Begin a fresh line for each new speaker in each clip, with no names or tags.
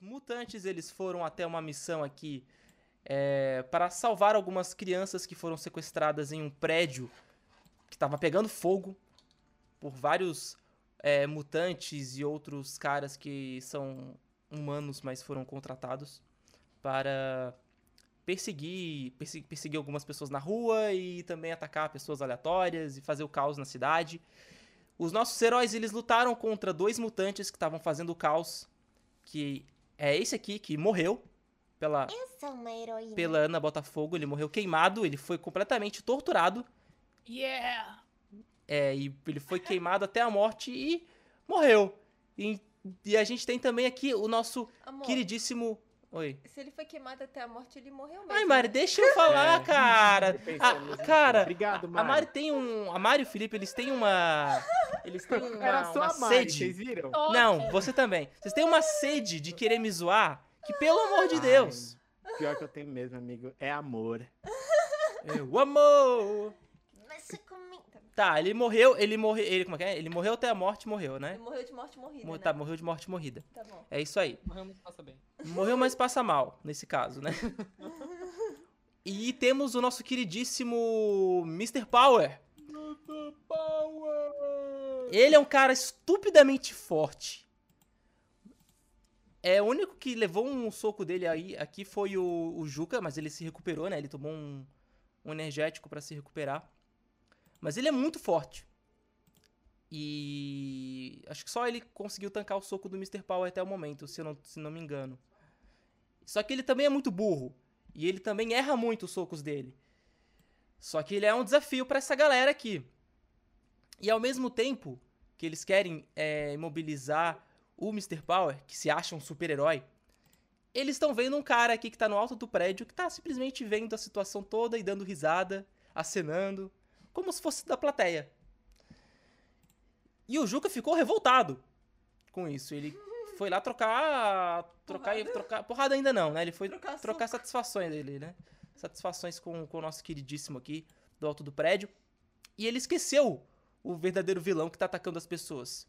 mutantes eles foram até uma missão aqui é, para salvar algumas crianças que foram sequestradas em um prédio que estava pegando fogo por vários é, mutantes e outros caras que são humanos, mas foram contratados para perseguir, perse- perseguir algumas pessoas na rua e também atacar pessoas aleatórias e fazer o caos na cidade. Os nossos heróis eles lutaram contra dois mutantes que estavam fazendo o caos, que é esse aqui que morreu pela
Uhum.
Eu sou uma heroína.
pela Ana Botafogo, ele morreu queimado, ele foi completamente torturado,
Yeah!
é, e ele foi queimado até a morte e morreu. E, e a gente tem também aqui o nosso
Amor,
queridíssimo. Oi.
se ele foi queimado até a morte, ele morreu mesmo.
Ai, Mari, deixa eu falar,
É.
cara.
Eu pensei
A-
nisso.
cara,
Obrigado,
A
Mari.
Mari tem um. A Mari e o Felipe, eles têm uma. Eles têm uma,
Era só
uma
a Mari,
sede.
vocês viram?
Ó,
Não, você também. Vocês têm uma sede de querer me zoar que, pelo amor de Deus.
Ai, Pior que eu tenho mesmo, amigo. É amor.
Eu amo!
Mas você comenta.
Tá, ele morreu, ele morreu. Ele, como é que é? Ele morreu até a morte, morreu,
Ele
né?
morreu de morte morrida,
Mor-
né?
Tá, morreu de morte morrida.
Tá bom.
É isso aí.
Morremos passa bem.
Morreu, mas passa mal, nesse caso, né? E temos o nosso queridíssimo Mr. Power. Ele é um cara estupidamente forte. É, o único que levou um soco dele aí aqui foi o, o Juca, mas ele se recuperou, né? Ele tomou um, um energético pra se recuperar. Mas ele é muito forte. E acho que só ele conseguiu tancar o soco do Mr. Power até o momento, se eu não, se não me engano. Só que ele também é muito burro. E ele também erra muito os socos dele. Só que ele é um desafio pra essa galera aqui. E ao mesmo tempo que eles querem é, mobilizar o Mr. Power, que se acha um super-herói, eles estão vendo um cara aqui que tá no alto do prédio, que tá simplesmente vendo a situação toda e dando risada, acenando, como se fosse da plateia. E o Juca ficou revoltado com isso. Ele foi lá trocar. trocar e
Porrada?
trocar. Porrada ainda não, né? Ele foi
Trocar soco.
trocar satisfações dele, né? Satisfações com, com o nosso queridíssimo aqui do alto do prédio. E ele esqueceu o verdadeiro vilão que tá atacando as pessoas.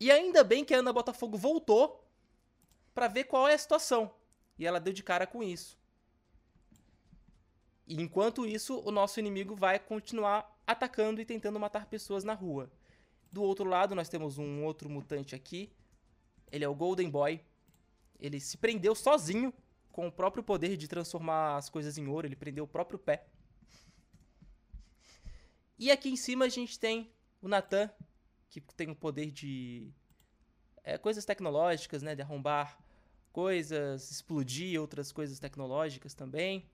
E ainda bem que a Ana Botafogo voltou pra ver qual é a situação. E ela deu de cara com isso. E enquanto isso, o nosso inimigo vai continuar atacando e tentando matar pessoas na rua. Do outro lado, nós temos um outro mutante aqui. Ele é o Golden Boy. Ele se prendeu sozinho com o próprio poder de transformar as coisas em ouro. Ele prendeu o próprio pé. E aqui em cima a gente tem o Natan, que tem o poder de é, coisas tecnológicas, né? De arrombar coisas, explodir outras coisas tecnológicas também.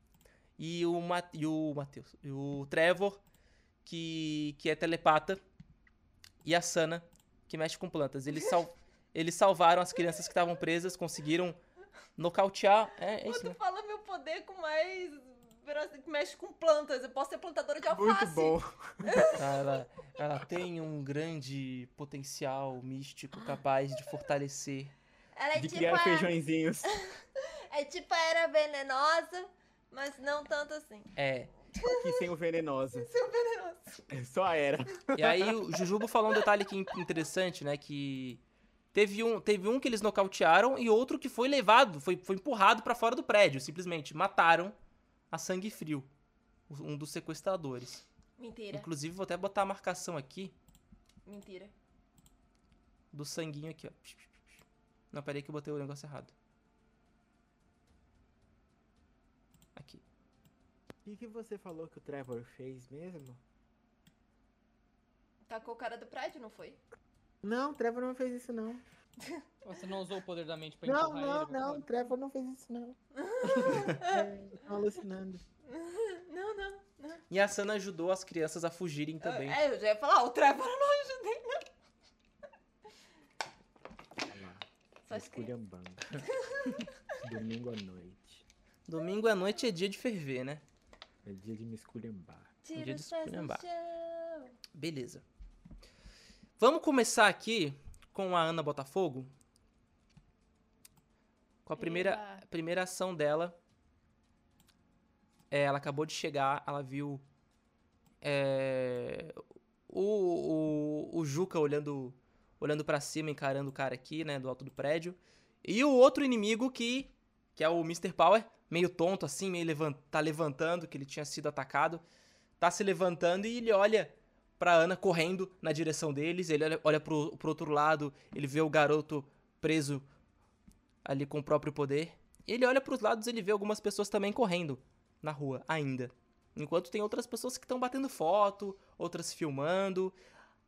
E o, Ma e o Matheus, e o Trevor, que, que é telepata. E a Sana, que mexe com plantas. Eles, sal eles salvaram as crianças que estavam presas, conseguiram nocautear. É, é
Pô,
isso,
tu
né?
fala meu poder com mais... veracidade, que Mexe com plantas, eu posso ser plantadora de alface.
Muito bom.
Tá, Ela, ela tem um grande potencial místico capaz de fortalecer
Ela é
De
tipo,
criar
a,
feijõezinhos.
é tipo a era venenosa, mas não tanto assim.
É.
Que sem o venenoso. É
Seu venenoso.
Só a era.
E aí o Jujubo falou um detalhe que é interessante, né? Que teve um, teve um que eles nocautearam e outro que foi levado, foi, foi empurrado pra fora do prédio. Simplesmente mataram a sangue frio. Um dos sequestradores.
Mentira,
Inclusive, vou até botar a marcação aqui
mentira.
do sanguinho aqui, ó. Não, peraí que eu botei o negócio errado. Aqui.
O que, que você falou que o Trevor fez mesmo?
Tacou o cara do prédio, não foi?
Não, o Trevor não fez isso, não.
Você não usou o poder da mente pra
Não,
empurrar
não,
ele? pra
não, o
fora?
Trevor não fez isso, não. é, tô alucinando.
Não, não.
E a Sana ajudou as crianças a fugirem também.
É, eu já ia falar, ó, o Trevor eu não ajudei. Só escrevi.
Esculhambando. Domingo à noite.
Domingo à noite é dia de ferver, né?
É dia de me esculhambar.
Um dia
Tira os
de
pés do
esculhambar.
chão.
Beleza. Vamos começar aqui com a Ana Botafogo. Com a primeira,
Eba.
primeira ação dela. É, ela acabou de chegar, ela viu é, o, o, o Juca olhando olhando para cima, encarando o cara aqui, né, do alto do prédio. E o outro inimigo que, que é o Mr. Power, meio tonto assim, meio levan- tá levantando, que ele tinha sido atacado, tá se levantando e ele olha pra Ana correndo na direção deles, ele olha, olha pro, pro outro lado, ele vê o garoto preso ali com o próprio poder. E ele olha pros lados, ele vê algumas pessoas também correndo na rua ainda. Enquanto tem outras pessoas que estão batendo foto, outras filmando.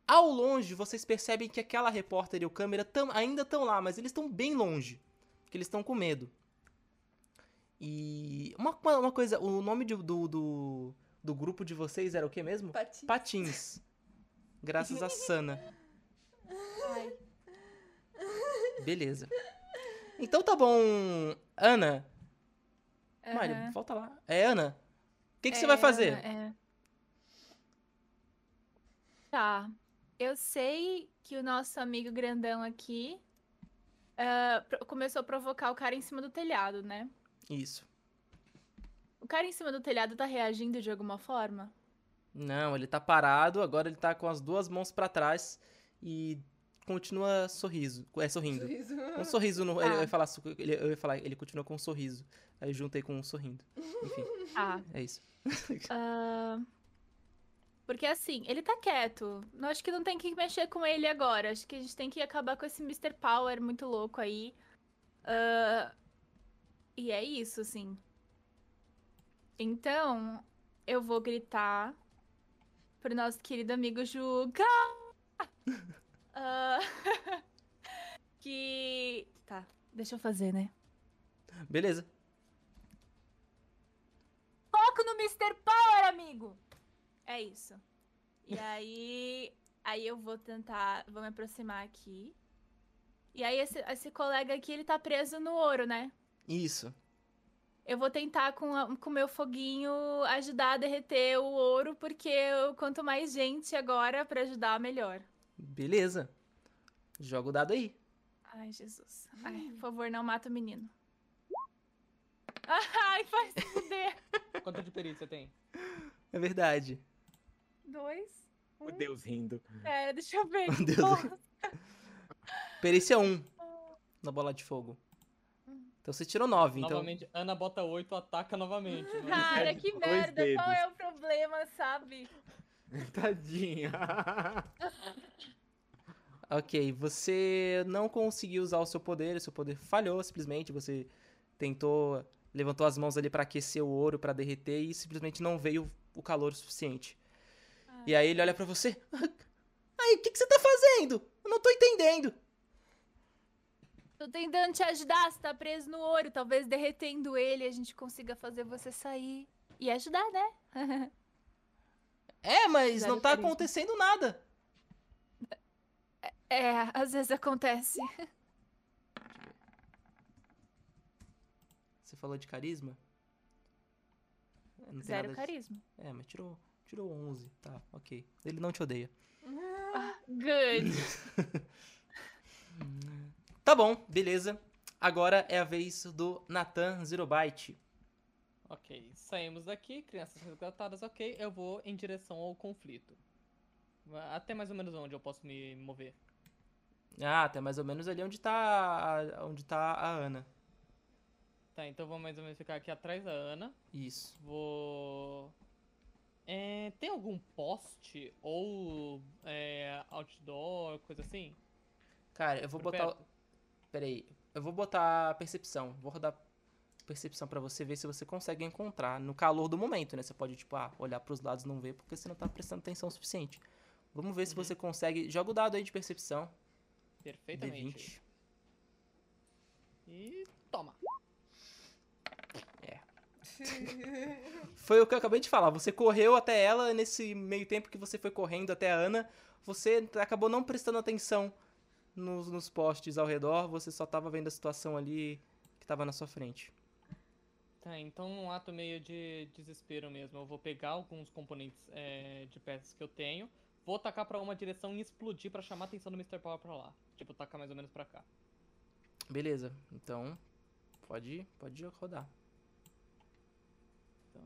Ao longe, vocês percebem que aquela repórter e o câmera tão- ainda estão lá, mas eles estão bem longe. Porque eles estão com medo. E. Uma, uma- uma coisa, o nome de- do, do, do grupo de vocês era o que mesmo?
Pati.
Patins. Graças a Sana. Beleza. Então tá bom, Ana. Mário,
Aham.
volta lá. É, Ana. O que, que você
É,
vai fazer?
é. Tá. Eu sei que o nosso amigo grandão aqui ah, pro- começou a provocar o cara em cima do telhado, né?
Isso.
O cara em cima do telhado tá reagindo de alguma forma?
Não, ele tá parado, agora ele tá com as duas mãos pra trás e continua sorriso. É, sorrindo.
Sorriso.
Um sorriso no. ele-
Ah.
Eu, ia falar, su- ele- eu ia falar, ele continua com um sorriso. Aí eu juntei com um sorrindo. Enfim,
Tá.
é isso.
Ah, porque assim, ele tá quieto. Eu acho que não tem que mexer com ele agora. Acho que a gente tem que acabar com esse Mr. Power muito louco aí. Ah, e é isso, assim. Então, eu vou gritar pro nosso querido amigo Juca. Ah, que. Tá, deixa eu fazer, né?
Beleza.
Foco no Mr. Power, amigo! É isso. E aí. Aí eu vou tentar. Vou me aproximar aqui. E aí, esse, esse colega aqui, ele tá preso no ouro, né?
Isso.
Eu vou tentar com a- com o meu foguinho ajudar a derreter o ouro, porque eu- quanto mais gente agora pra ajudar, melhor.
Beleza. Joga o dado aí.
Ai, Jesus. Ai, por favor, não mata o menino. Ai, faz se fuder.
Quanto de perícia tem?
É verdade.
Dois.
Hum.
Meu Deus, rindo.
Pera, É, deixa eu ver.
Meu Deus.
Porra.
Perícia 1 na bola de fogo. Então você tirou 9, então.
Novamente, Ana bota 8, ataca novamente. Não
Cara,
acerta.
que
dois
merda, qual
dedos.
é o problema, sabe?
Tadinha.
Ok, você não conseguiu usar o seu poder, o seu poder falhou simplesmente. Você tentou, levantou as mãos ali pra aquecer o ouro, pra derreter e simplesmente não veio o calor o suficiente. E aí ele olha pra você. "Ah, Aí, o que, que você tá fazendo? Eu não tô entendendo.
Tô tentando te ajudar, você tá preso no ouro. Talvez derretendo ele a gente consiga fazer você sair. E ajudar, né?
É, mas
Zero
não tá
carisma.
acontecendo nada.
É, às vezes acontece.
Você falou de carisma? Não tem nada
Zero
de-
carisma.
É, mas tirou, tirou 11. Tá, ok. Ele não te odeia.
Good.
Tá bom, beleza. Agora é a vez do Nathan Zerobyte.
Ok, saímos daqui, crianças resgatadas, ok. Eu vou em direção ao conflito. Até mais ou menos onde eu posso me mover.
Ah, tá mais ou menos ali onde tá a, onde tá a Ana.
Tá, então vou mais ou menos ficar aqui atrás da Ana.
Isso.
Vou. É, tem algum poste ou é, outdoor, coisa assim?
Cara, eu vou
Por
botar.
perto?
Pera aí. Eu vou botar percepção. Vou rodar percepção pra você ver se você consegue encontrar no calor do momento, né? Você pode, tipo, ah, olhar pros lados e não ver porque você não tá prestando atenção o suficiente. Vamos ver se
Uhum.
você consegue. Joga o dado aí de percepção.
Perfeitamente.
D20.
E toma.
Foi o que eu acabei de falar. Você correu até ela, nesse meio tempo que você foi correndo até a Ana, você acabou não prestando atenção nos, nos postes ao redor, você só tava vendo a situação ali que tava na sua frente.
Tá, então um ato meio de desespero mesmo. Eu vou pegar alguns componentes é, de peças que eu tenho, vou tacar pra uma direção e explodir pra chamar a atenção do Mr. Power pra lá. Tipo, tacar mais ou menos pra cá.
Beleza, então pode, pode rodar.
Então.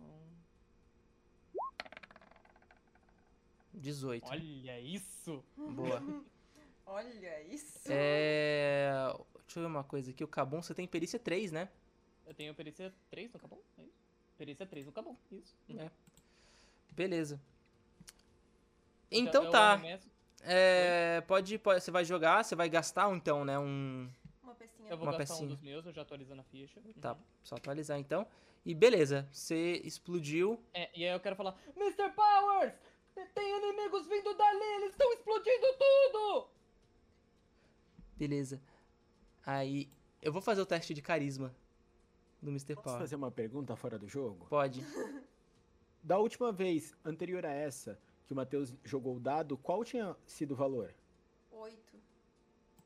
18.
Olha isso!
Boa.
Olha isso.
É. Deixa eu ver uma coisa aqui. O Cabum, você tem perícia 3, né?
Eu tenho perícia 3 no Cabum, é isso? Perícia 3 no Cabum, isso.
Beleza. Então tá.
eu arremesso-
É, pode, pode. Você vai jogar, você vai gastar um, então, né? Um.
Uma pecinha.
Eu vou
Uma
gastar
pecinha.
um dos meus, eu já atualizando a ficha.
Tá,
Uhum.
só atualizar então. E beleza, você explodiu.
É, e aí eu quero falar, Mr. Powers! Tem inimigos vindo dali, eles estão explodindo tudo!
Beleza. Aí. Eu vou fazer o teste de carisma do Mr.
Posso
Power.
fazer uma pergunta fora do jogo?
Pode.
Da última vez, anterior a essa, que o Matheus jogou o dado, qual tinha sido o valor?
Oito.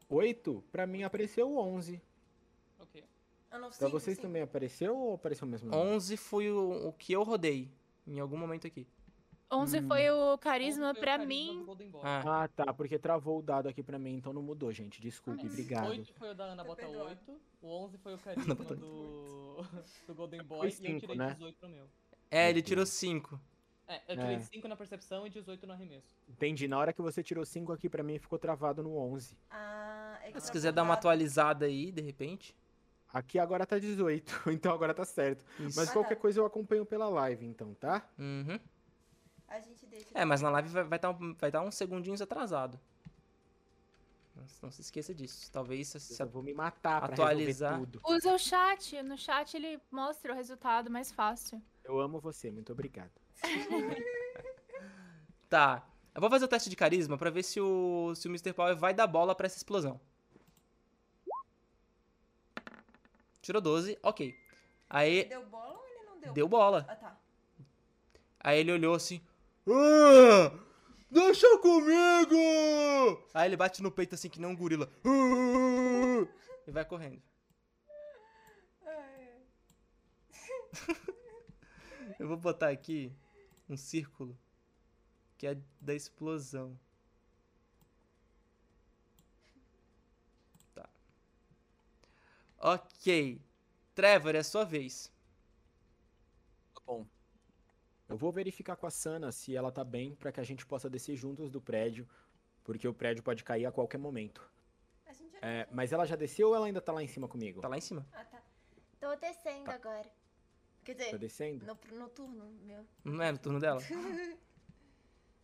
8? Pra mim apareceu 11.
Ok.
Ah, não,
Pra
cinco,
vocês
cinco.
também apareceu ou apareceu o mesmo? número?
11 foi o, o que eu rodei em algum momento aqui.
11
Hum.
foi o
Ou foi
carisma
o
pra
carisma
mim.
do Golden Boy.
Ah,
Ah, tá, porque travou o dado aqui pra mim, então não mudou, gente. Desculpe, obrigado.
8 foi o da Ana
Tá
Bota
perdoado.
8, o 11 foi o carisma
Bota
do... do Golden
Foi
Boy e eu
cinco,
tirei
né?
18 no meu.
é, ele tirou 5.
É, eu tirei
É.
5 na percepção e 18 no arremesso.
Entendi, na hora que você tirou 5 aqui pra mim, ficou travado no 11.
Ah, é que
Se
tá
quiser dar uma
acordado.
atualizada aí, de repente.
Aqui agora tá 18, então agora tá certo.
Isso.
Mas
Ah,
qualquer
tá.
coisa eu acompanho pela live, então, tá?
Uhum.
A gente deixa.
É, mas na live vai estar vai tá uns segundinhos atrasado. Não, não se esqueça disso. Talvez se- se
Eu vou me matar pra
Atualizar.
resolver tudo.
Usa o chat. No chat ele mostra o resultado mais fácil.
Eu amo você, muito obrigado.
Tá. Eu vou fazer o teste de carisma pra ver se o, se o Mr. Power vai dar bola pra essa explosão. Tirou 12, ok.
Ele
Aí
deu bola ou ele não deu?
deu bola.
Ah, tá.
Aí ele olhou assim. "Ah, deixa comigo! Aí ele bate no peito assim que nem um gorila. "Ah", e vai correndo.
Ai, ai.
Eu vou botar aqui um círculo que é da explosão. Tá. Ok. Trevor, é sua vez.
Bom. Eu vou verificar com a Sana se ela tá bem pra que a gente possa descer juntos do prédio, porque o prédio pode cair a qualquer momento.
A gente já...
É, mas ela já desceu ou ela ainda tá lá em cima comigo?
Tá lá em cima.
Ah, tá.
Tô descendo
Tá.
agora.
Quer
Tá
dizer,
descendo?
no, no turno meu.
Não é no turno dela?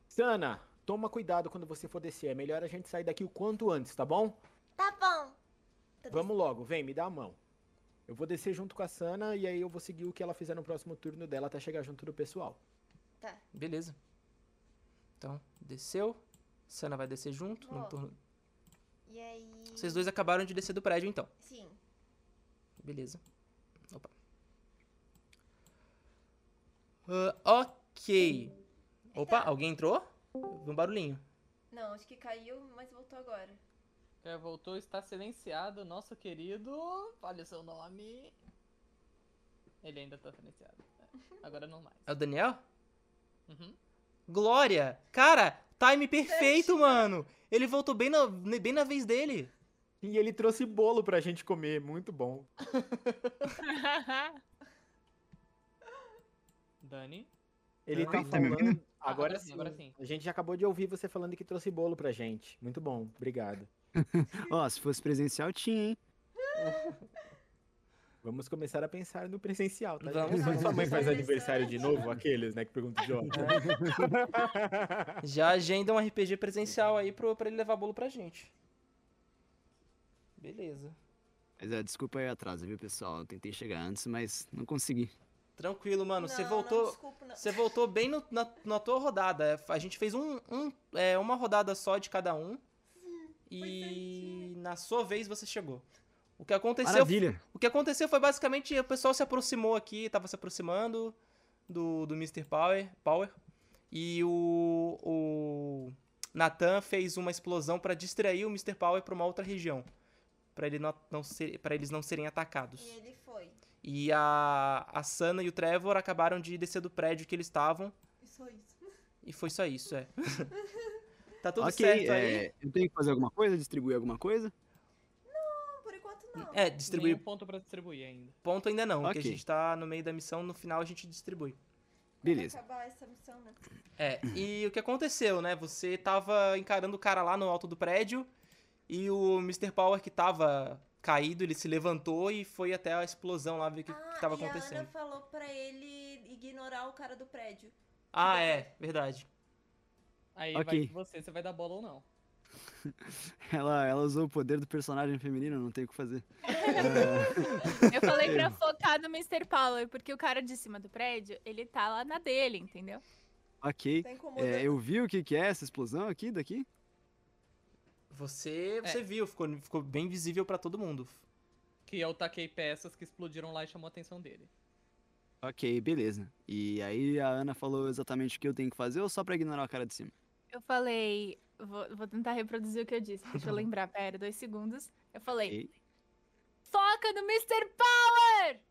Sana, toma cuidado quando você for descer. É melhor a gente sair daqui o quanto antes, tá bom?
Tá bom. Tô
Vamos logo, vem, me dá a mão. Eu vou descer junto com a Sana e aí eu vou seguir o que ela fizer no próximo turno dela até chegar junto do pessoal.
Tá.
Beleza. Então, desceu. Sana vai descer junto. No
Vou.
turno...
descendo. E aí.
Vocês dois acabaram de descer do prédio, então.
Sim.
Beleza. Opa. Ah, ok. Opa, alguém entrou? Eu vi Um barulhinho.
Não, acho que caiu, mas voltou agora.
É, voltou, está silenciado, nosso querido. Fale o seu nome. Ele ainda tá silenciado. É, Agora não mais.
É o Daniel?
Uhum.
Glória! Cara, time perfeito, mano! Ele voltou bem na, bem na vez dele.
E ele trouxe bolo pra gente comer, muito bom.
Dani.
Ele tá
Eita, meu.
falando.
Ah,
Agora
sim, agora sim.
A gente já acabou de ouvir você falando que trouxe bolo pra gente. Muito bom, obrigado.
Ó, se fosse presencial, tinha, hein?
Vamos começar a pensar no presencial, tá?
Vamos.
gente? Quando sua mãe faz
Presencial.
aniversário de novo, aqueles, né, que perguntam de óbito.
Já agenda um RPG presencial aí pro, pra ele levar bolo pra gente. Beleza.
Mas é, desculpa aí o atraso, viu, pessoal? Eu tentei chegar antes, mas não consegui.
Tranquilo, mano. Você
Não,
voltou.
Não, desculpa, não.
Você voltou bem no- na, na tua rodada. A gente fez um, um- é, uma rodada só de cada um. E na sua vez você chegou. O que aconteceu?
Maravilha!
O que aconteceu foi basicamente o pessoal se aproximou aqui, tava se aproximando do, do Mr. Power, Power. E o, o Nathan fez uma explosão pra distrair o Mr. Power pra uma outra região. Pra ele não, não ser, pra eles não serem atacados.
E ele foi.
E a, a Sana e o Trevor acabaram de descer do prédio que eles estavam.
E só isso.
E foi só isso, é. tá tudo
ok,
certo aí?
é, eu tenho que fazer alguma coisa, distribuir alguma coisa?
Não, por enquanto não.
É, distribuir
Né?
Nenhum ponto pra distribuir ainda.
ponto ainda não, porque
Ok.
a gente tá no meio da missão, no final a gente distribui.
Beleza.
Quando acabar essa missão, né?
É, e o que aconteceu, né? Você tava encarando o cara lá no alto do prédio E o Mr. Power que tava caído, ele se levantou e foi até a explosão lá ver o que,
ah,
que tava
e a
acontecendo.
Ana falou pra ele ignorar o cara do prédio.
Ah, é, verdade.
Aí vai
Ok.
de você, você vai dar bola ou não.
Ela, ela usou o poder do personagem feminino, não tem o que fazer. Ah,
Eu falei pra focar no Mr. Power, porque o cara de cima do prédio, ele tá lá na dele, entendeu?
Ok.
Tá
É,
incomodando.
eu vi o que, que é essa explosão aqui, daqui.
Você,
É.
você viu, ficou, ficou bem visível pra todo mundo.
Que eu taquei peças que explodiram lá e chamou a atenção dele.
Ok, beleza. E aí a Ana falou exatamente o que eu tenho que fazer ou só pra ignorar o cara de cima?
Eu falei. Vou, vou tentar reproduzir o que eu disse. Deixa eu lembrar, pera, dois segundos. Eu falei.
Ok,
Foca no Mr. Power!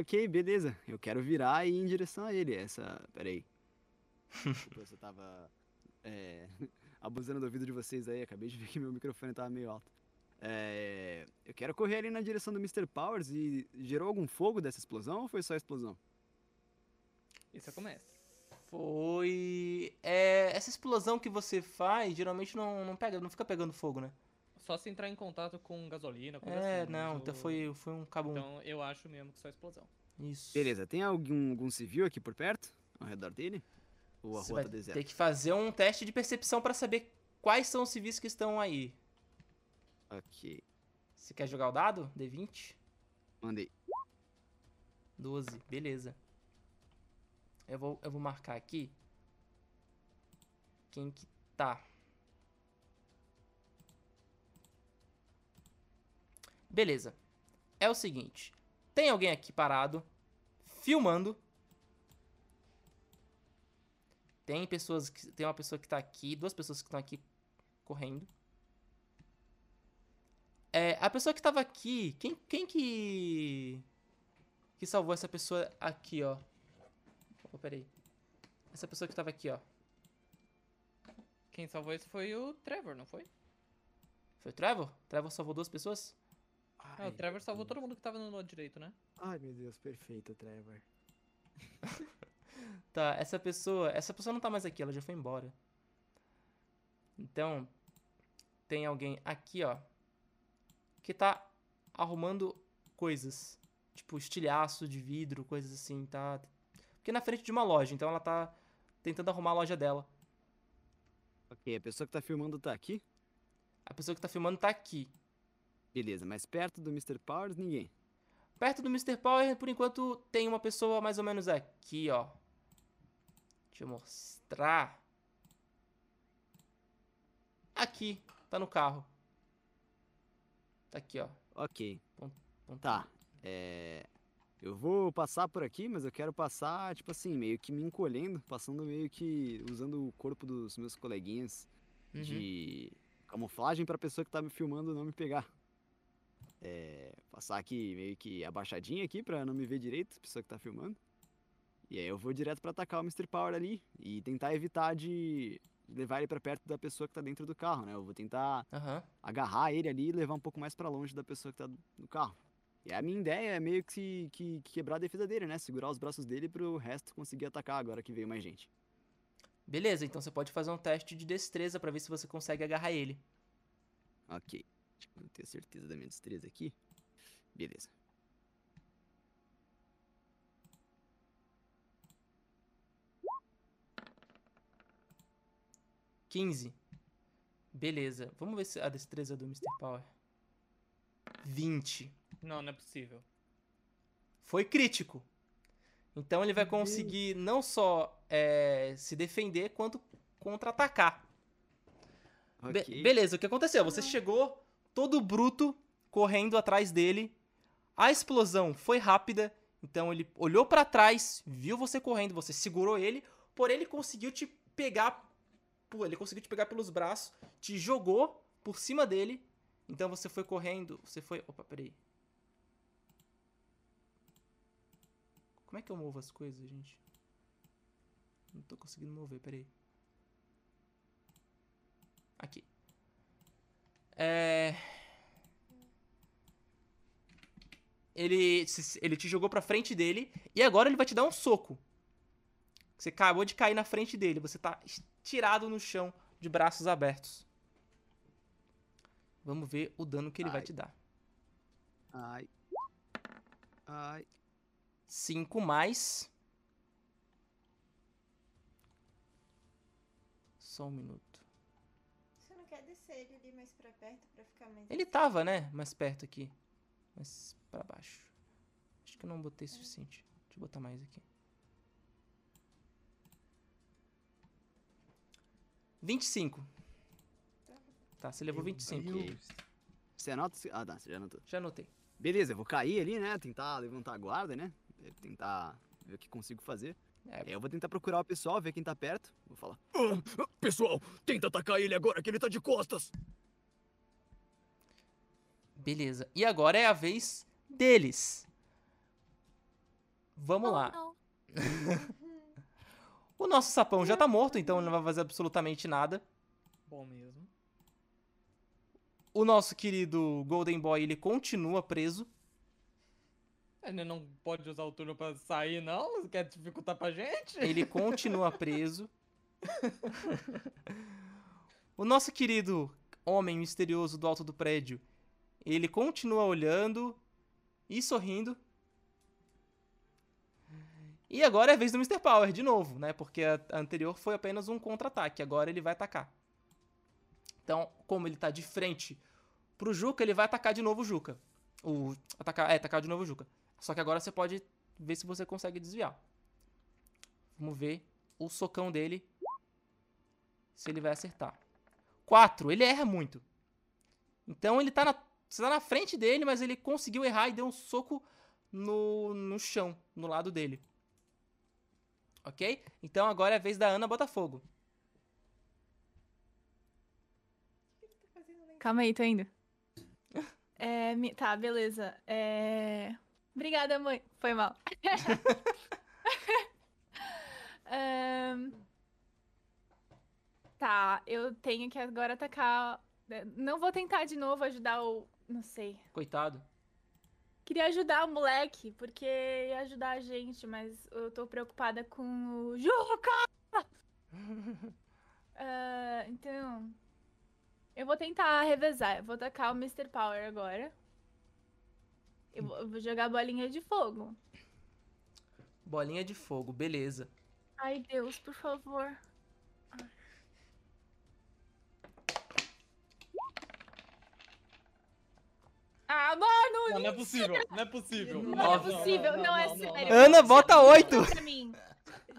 Ok, beleza. Eu quero virar e ir em direção a ele. Essa. Peraí. Desculpa, eu só tava. é, abusando do ouvido de vocês aí. Acabei de ver que meu microfone tava meio alto. É, eu quero correr ali na direção do Mr. Powers e gerou algum fogo dessa explosão ou foi só a explosão?
Isso é começa.
Foi. É, essa explosão que você faz geralmente não, não pega, não fica pegando fogo, né?
Só se entrar em contato com gasolina, coisa
É,
assim,
não,
mas
então
o-
foi, foi um cabum.
Então eu acho mesmo que só explosão.
Isso.
Beleza, tem algum, algum civil aqui por perto? Ao redor dele? Ou a
Você
rua
vai
tá deserta?
ter que fazer um teste de percepção pra saber quais são os civis que estão aí.
Ok,
Você quer jogar o dado? D20?
mandei.
12, beleza. Eu vou, eu vou marcar aqui. Quem que tá. Beleza. É o seguinte. Tem alguém aqui parado, filmando. Tem pessoas que, tem uma pessoa que tá aqui, duas pessoas que estão aqui correndo. É, a pessoa que tava aqui, quem, quem que que salvou essa pessoa aqui, ó. Opa, peraí. Essa pessoa que tava aqui, ó.
Quem salvou isso foi o Trevor, não foi?
Foi o Trevor? Trevor salvou duas pessoas?
Ah, o Trevor salvou todo mundo que tava no lado direito, né?
Ai, meu Deus, perfeito, Trevor.
Tá, essa pessoa. Essa pessoa não tá mais aqui, ela já foi embora. Então, tem alguém aqui, ó. Que tá arrumando coisas. Tipo, estilhaço de vidro, coisas assim, tá? Porque é na frente de uma loja, então ela tá tentando arrumar a loja dela.
Ok, a pessoa que tá filmando tá aqui?
A pessoa que tá filmando tá aqui.
Beleza, mas perto do Mr. Powers, ninguém.
Perto do Mr. Power, por enquanto, tem uma pessoa mais ou menos aqui, ó. Deixa eu mostrar. Aqui, tá no carro. Tá aqui, ó.
Ok.
Então
Tá. É. Eu vou passar por aqui, mas eu quero passar, tipo assim, meio que me encolhendo, passando meio que usando o corpo dos meus coleguinhas
Uhum.
de camuflagem pra pessoa que tá me filmando não me pegar. É, passar aqui meio que abaixadinha aqui pra não me ver direito, a pessoa que tá filmando. E aí eu vou direto pra atacar o Mr. Power ali e tentar evitar de levar ele pra perto da pessoa que tá dentro do carro, né? Eu vou tentar
Aham.
agarrar ele ali e levar um pouco mais pra longe da pessoa que tá no carro. E a minha ideia é meio que, se- que- que quebrar a defesa dele, né? Segurar os braços dele pro resto conseguir atacar agora que veio mais gente.
Beleza, então você pode fazer um teste de destreza pra ver se você consegue agarrar ele.
Ok. Deixa eu ter certeza da minha destreza aqui. Beleza.
Uhum. 15. Beleza. Vamos ver se a destreza do Mr. Power. 20.
Não, não é possível.
foi crítico. Então ele vai conseguir não só é, se defender, quanto contra-atacar. Be-
Ok.
beleza, o que aconteceu? Você chegou todo bruto, correndo atrás dele. A explosão foi rápida, então ele olhou pra trás, viu você correndo, você segurou ele, porém ele conseguiu te pegar, pô, ele conseguiu te pegar pelos braços, te jogou por cima dele. Então você foi correndo, você foi, opa, peraí. Como é que eu movo as coisas, gente? Não tô conseguindo mover, peraí. Aqui. É. Ele, se- ele te jogou pra frente dele e agora ele vai te dar um soco. Você acabou de cair na frente dele, você tá estirado no chão de braços abertos. Vamos ver o dano que ele vai
Ai.
te dar.
Ai. Ai.
5 mais. Só um minuto.
Você não quer descer ele ali mais pra perto pra ficar mais.
Ele tava, né? Mais perto aqui. Mais pra baixo. Acho que eu não botei o suficiente. Deixa eu botar mais aqui. 25. Tá, você levou 25.
Ok. Você anota? Ah, tá, você já anotou.
Já anotei.
Beleza, eu vou cair ali, né? Tentar levantar a guarda, né? eh, Tentar ver o que consigo fazer.
É.
Aí eu vou tentar procurar o pessoal, ver quem tá perto. Vou falar. "Ah, pessoal, tenta atacar ele agora que ele tá de costas!
Beleza. E agora é a vez deles. Vamos lá.
Não.
O nosso sapão já tá morto, então ele não vai fazer absolutamente nada.
Bom mesmo.
O nosso querido Golden Boy, ele continua preso.
Ele não pode usar o turno pra sair, não? Você Quer dificultar pra gente?
Ele continua preso. o nosso querido homem misterioso do alto do prédio, ele continua olhando e sorrindo. E agora é a vez do Mr. Power de novo, né? Porque a a anterior foi apenas um contra-ataque, agora ele vai atacar. Então, como ele tá de frente pro Juca, ele vai atacar de novo o Juca. O atacar, é, atacar de novo o Juca. Só que agora você pode ver se você consegue desviar. Vamos ver o socão dele. Se ele vai acertar. 4. Ele erra muito. Então ele tá na, você tá na frente dele, mas ele conseguiu errar e deu um soco no, no chão, no lado dele. Ok? Então agora é a vez da Ana Botafogo.
Calma aí, tô indo. É, mi- tá, beleza. É, Obrigada, mãe. Foi mal. Ahn, Tá, eu tenho que agora atacar. né, Não vou tentar de novo ajudar o. Não sei.
Coitado.
Queria ajudar o moleque, porque ia ajudar a gente, mas eu tô preocupada com o Juca! Ah, então. Eu vou tentar revezar. Eu vou tacar o Mr. Power agora. Eu vou eu vou jogar a bolinha de fogo.
Bolinha de fogo, beleza.
Ai, Deus, por favor. Ah, mano!
Não, não é possível, não é possível.
Não
Não é
Nossa.
possível, não, é
não, não,
sério.
não.
Ana, bota oito.
Joga pra mim.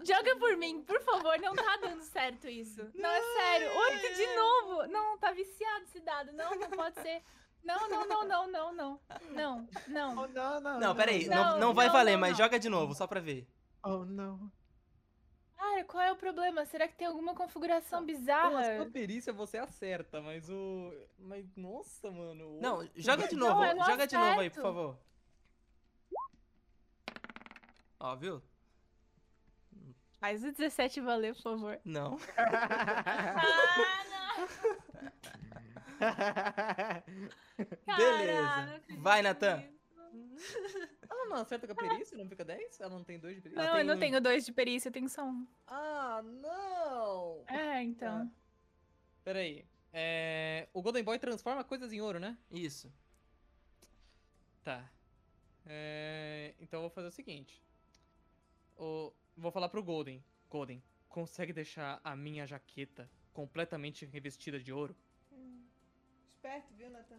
Joga por mim, por favor, não tá dando certo isso. Não, é sério. Oito de novo. Não, tá viciado esse dado. Não, não pode ser. Não, não, não, não, não, não. Não, não.
Oh, não, não.
Não, peraí. Não, não,
Não,
vai
não,
valer,
não,
mas
não.
joga de novo, só pra ver.
Oh, não.
Cara, qual é o problema? Será que tem alguma configuração
Pô, a sua
bizarra?
perícia você acerta, mas o. Mas nossa, mano.
Não,
oito.
joga de
Não,
novo.
eu não
joga de novo aí, por
acerto.
favor. Ó, viu?
Faz o 17 valer, por favor.
Não.
Ah,
Beleza.
Caralho, não acredito
Vai, Natan.
nisso.
Ela não acerta com a perícia? Não fica 10? Ela não tem 2 de perícia?
Não, eu não
um.
tenho dois de perícia, eu tenho só um.
Ah, não!
É, então.
Peraí. É, O Golden Boy transforma coisas em ouro, né?
Isso.
Tá. É, Então eu vou fazer o seguinte. O- Vou falar pro Golden. Golden, consegue deixar a minha jaqueta completamente revestida de ouro?
Esperto, viu, Natan?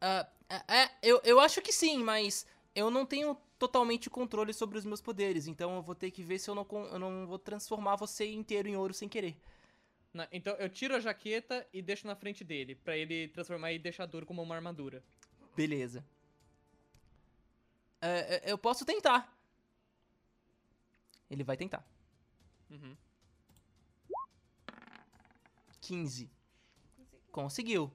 Ah, é, é, eu, eu acho que sim, mas eu não tenho totalmente controle sobre os meus poderes, então eu vou ter que ver se eu não, con- eu não vou transformar você inteiro em ouro sem querer.
Na- Então eu tiro a jaqueta e deixo na frente dele, pra ele transformar e deixar duro como uma armadura.
Beleza. É, é, eu posso tentar. Ele vai tentar.
Uhum.
15. Conseguiu.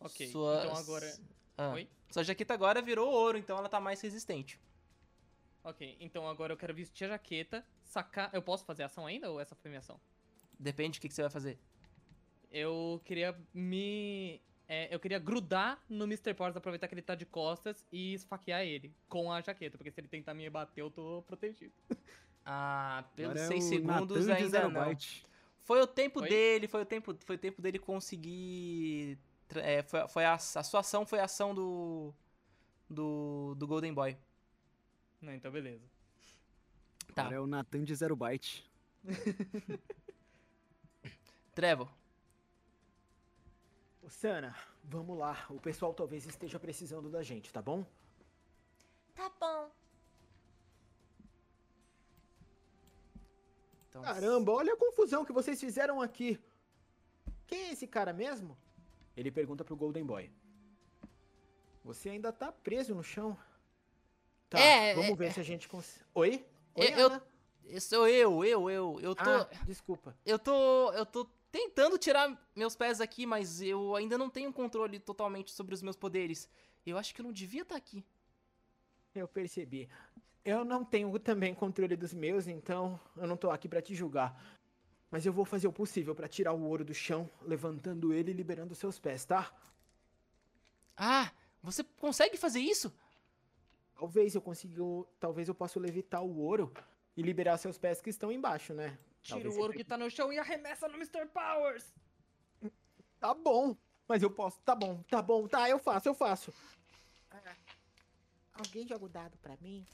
Ok.
Sua-
Então agora.
Ah,
Oi?
Sua jaqueta agora virou ouro, então ela tá mais resistente.
Ok, então agora eu quero vestir a jaqueta, sacar. Eu posso fazer ação ainda ou essa foi minha ação?
Depende do que, que você vai fazer.
Eu queria me. é, eu queria grudar no Mr. Powers, aproveitar que ele tá de costas e esfaquear ele com a jaqueta, porque se ele tentar me bater, eu tô protegido.
Ah, pelos
Agora é
6
o
segundos
Natan de
ainda
Zero
não.
Byte.
Foi o tempo
Oi?
dele, foi o tempo, foi o tempo dele conseguir. tra- é, foi, foi a, a sua ação foi a ação do, do. do Golden Boy.
Não, então beleza.
Tá.
Agora é o Natan de Zero Byte.
Trevor.
Sana, vamos lá. O pessoal talvez esteja precisando da gente, tá bom?
Tá bom.
Então,
Caramba, olha a confusão que vocês fizeram aqui. Quem é esse cara mesmo? Ele pergunta pro Golden Boy. Você ainda tá preso no chão? Tá,
É,
vamos
é,
ver se a gente consegue. Oi? Oi,
Eu- eu-
Ana?
eu Sou eu, eu, eu. Eu tô.
Ah, desculpa.
Eu tô. Eu tô tentando tirar meus pés aqui, mas eu ainda não tenho controle totalmente sobre os meus poderes. Eu acho que eu não devia estar aqui.
Eu percebi. Eu não tenho também controle dos meus, então eu não tô aqui pra te julgar. Mas eu vou fazer o possível pra tirar o ouro do chão, levantando ele e liberando seus pés, tá?
Ah, você consegue fazer isso?
Talvez eu consiga, o- talvez eu possa levitar o ouro e liberar seus pés que estão embaixo, né?
Tira
Talvez
o ouro
seja-
que tá no chão e arremessa no Mr. Powers!
Tá bom, mas eu posso. Tá bom, tá bom, tá, eu faço, eu faço.
Alguém joga o dado pra mim?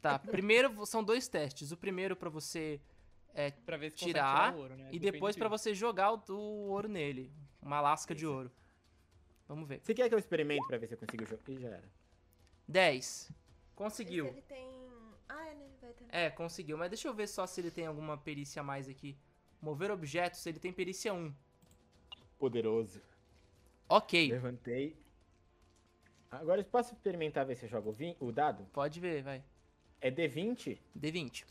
Tá, primeiro vo- são dois testes. O primeiro pra você
tá Pra ver se consegue
Tirar,
tirar o ouro, né?
e
Depende
depois
do
pra
tiro.
você jogar o, o ouro nele, uma lasca de ouro. Vamos ver.
Você quer que eu experimente pra ver se eu consigo jogar? Ih, já era.
10.
Mas
Conseguiu.
Ele tem. Ah, é, né? Vai ter.
É, conseguiu, mas deixa eu ver só se ele tem alguma perícia a mais aqui. Mover objetos, ele tem perícia 1.
Poderoso.
OK.
Levantei. Agora eu posso experimentar ver se eu jogo o vin- o dado?
Pode ver, vai.
É D20?
D20.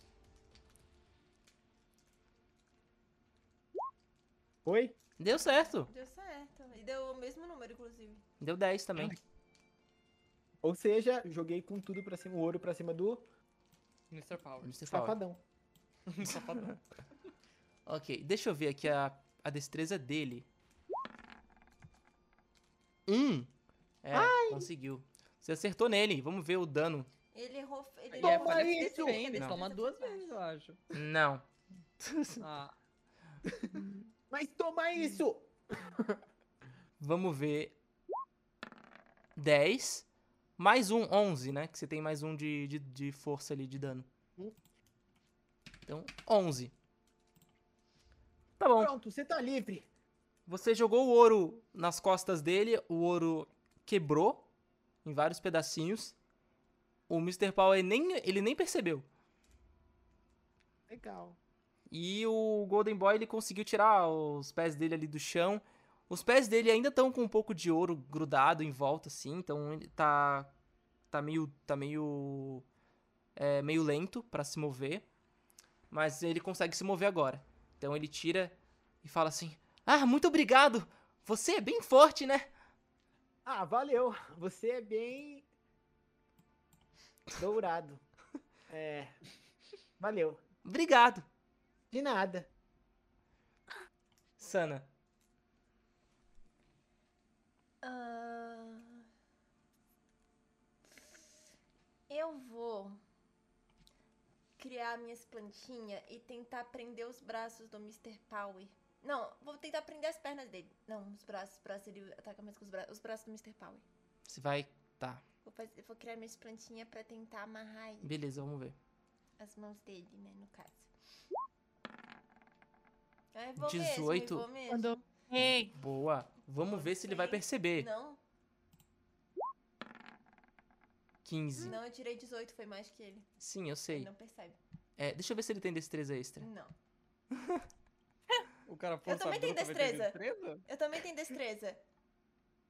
Foi?
Deu certo.
Deu certo.
E deu o mesmo número, inclusive.
Deu 10 também.
Ou seja, joguei com tudo pra cima, o ouro pra cima do
Mr. Powers.
Mr. Power.
safadão.
Safadão.
Ok, deixa eu ver aqui a, a destreza dele. Um. É, conseguiu. Você acertou nele, vamos ver o dano.
Ele errou. Ele
Ele é
errou
falha
a
de
defesa,
defesa,
defesa
ele toma
por
duas
baixo.
vezes, eu acho.
Não.
Ah,
Mas toma isso!
Vamos ver. 10. Mais um, 11, né? Que você tem mais um de, de, de força ali, de dano. Então, 11. Tá bom.
Pronto, você tá livre.
Você jogou o ouro nas costas dele, o ouro quebrou em vários pedacinhos. O Mr. Power nem, ele nem percebeu.
Legal.
E o Golden Boy ele conseguiu tirar os pés dele ali do chão. Os pés dele ainda estão com um pouco de ouro grudado em volta, assim, então ele tá. tá meio. tá meio. é, meio lento pra se mover. Mas ele consegue se mover agora. Então ele tira e fala assim: Ah, muito obrigado! Você é bem forte, né?
Ah, valeu. Você é bem. dourado. É. Valeu.
Obrigado!
De nada.
Sana.
Ah. Eu vou criar minhas plantinhas e tentar prender os braços do Mr. Power. Não, vou tentar prender as pernas dele. Não, os braços, os braços ele ataca mais com os braços, os braços do Mr. Power.
Você vai. Tá,
Vou, fazer, vou criar minhas plantinhas pra tentar amarrar ele.
beleza, vamos ver.
As mãos dele, né, no caso. É, vou
18.
Mesmo, vou mesmo.
Mandou. Ei,
Boa. Vamos ver se ele vai perceber.
Não,
15.
não, eu tirei 18, foi mais que ele.
Sim, eu
Ele
sei.
não percebe.
É, deixa eu ver se ele tem destreza extra.
Não.
o cara
Eu também tenho
forçador, vai ter
destreza.
destreza?
Eu também tenho destreza.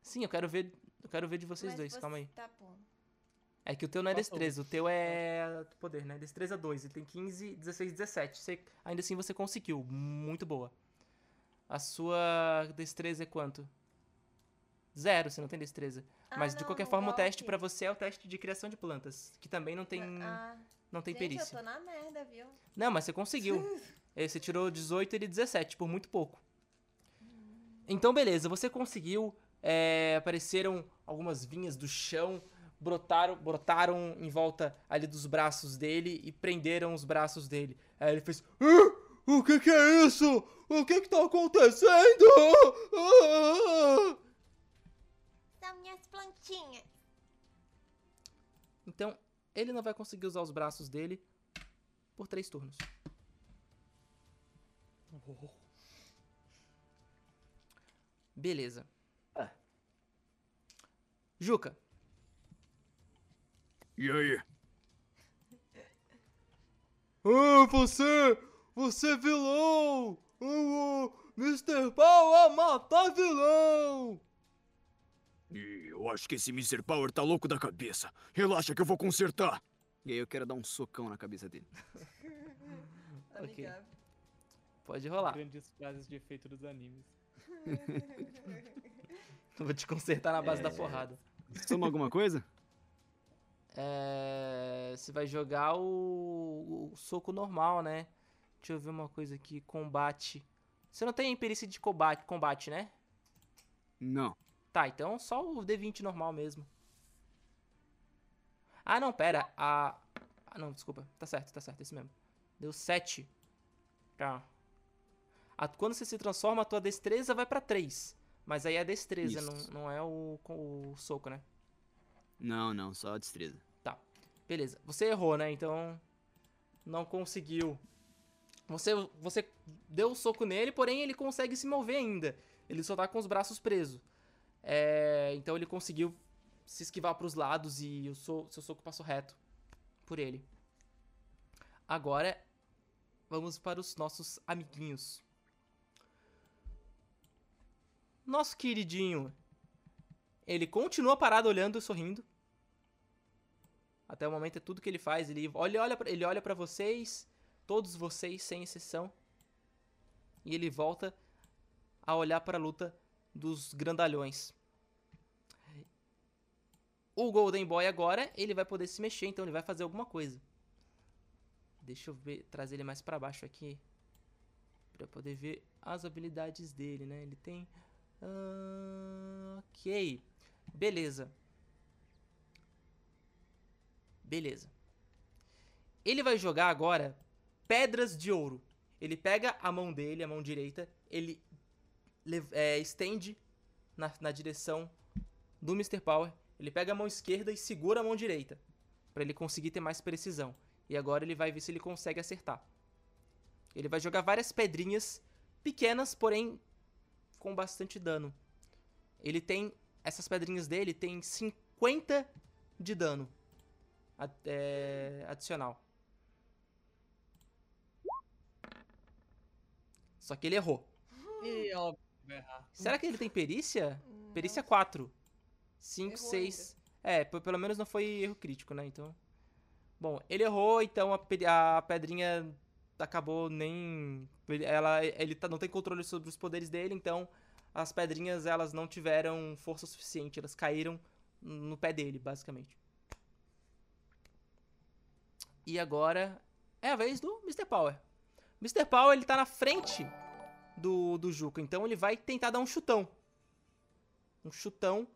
Sim, eu quero ver. Eu quero ver de vocês
mas
dois,
você-
calma aí.
Tá bom.
É que o teu não é
Passou.
destreza, o teu é poder, né? Destreza 2, ele tem 15, 16, 17. Você- ainda assim você conseguiu, muito boa. A sua destreza é quanto? Zero, você não tem destreza.
Ah,
Mas de
não,
qualquer forma o
igual
teste
aqui.
pra você é o teste de criação de plantas, que também não tem
Ah,
não tem
gente,
perícia.
eu tô na merda, viu?
Não, mas você conseguiu. Eh, Você tirou 18 e ele 17, por muito pouco. Então, beleza, você conseguiu. eh, apareceram algumas vinhas do chão, brotaram, brotaram em volta ali dos braços dele e prenderam os braços dele. Aí ele fez. "Ah! O que que é isso? O que que tá acontecendo? Ah!
São minhas plantinhas.
Então, ele não vai conseguir usar os braços dele por três turnos. Beleza.
Ah.
Juca,
E aí?
Ah, você! Você é vilão! O Mr. Pau a matar vilão!
Ih, Eu acho que esse Mr. Power tá louco da cabeça. Relaxa que eu vou consertar. E aí eu quero dar um socão na cabeça dele.
Ok.
Amigável.
Pode rolar.
Grandes frases de efeito dos animes.
Eu Vou te consertar na base da porrada.
Soma alguma coisa?
É, você vai jogar o, o soco normal, né? Deixa eu ver uma coisa aqui. Combate. Você não tem perícia de combate, combate né?
Não.
Tá, então só o D20 normal mesmo. Ah, não, pera. A... Ah, não, desculpa. Tá certo, tá certo, é isso mesmo. Deu 7. Tá. A- Quando você se transforma, a tua destreza vai pra 3. Mas aí é a destreza, não,
Isso.
não é o, com o soco, né?
Não, não, só a destreza.
Beleza. Você errou, né? Então. Não conseguiu. Você, você deu o soco nele, porém ele consegue se mover ainda. Ele só tá com os braços presos. É, então ele conseguiu se esquivar pros lados e o so- seu soco passou reto por ele. Agora, vamos para os nossos amiguinhos. Nosso queridinho. Ele continua parado olhando e sorrindo. Até o momento é tudo que ele faz. Ele olha, olha, pra- ele olha para vocês, todos vocês, sem exceção. E ele volta a olhar para a luta dos grandalhões. O Golden Boy agora, ele vai poder se mexer, então ele vai fazer alguma coisa. Deixa eu ver, trazer ele mais para baixo aqui. Pra poder ver as habilidades dele, né? Ele tem. ah, ok. Beleza. Beleza. Ele vai jogar agora pedras de ouro. Ele pega a mão dele, a mão direita, ele lev- é, estende na, na direção do Mr. Power. Ele pega a mão esquerda e segura a mão direita. Pra ele conseguir ter mais precisão. E agora ele vai ver se ele consegue acertar. Ele vai jogar várias pedrinhas pequenas, porém com bastante dano. Ele tem. Essas pedrinhas dele tem 50 de dano a- é, adicional. Só que ele errou.
E ó,
Será que ele tem perícia?
Não
Perícia 4. 5,
Errou
6. É, p- pelo menos não foi erro crítico, né? Então. Bom, ele errou, então a, pe- a pedrinha acabou nem. Ela, ele tá- não tem controle sobre os poderes dele, então as pedrinhas elas não tiveram força suficiente, elas caíram no pé dele, basicamente. E agora é a vez do Mr. Power. Mr. Power ele tá na frente do, do Juca, então ele vai tentar dar um chutão. Um chutão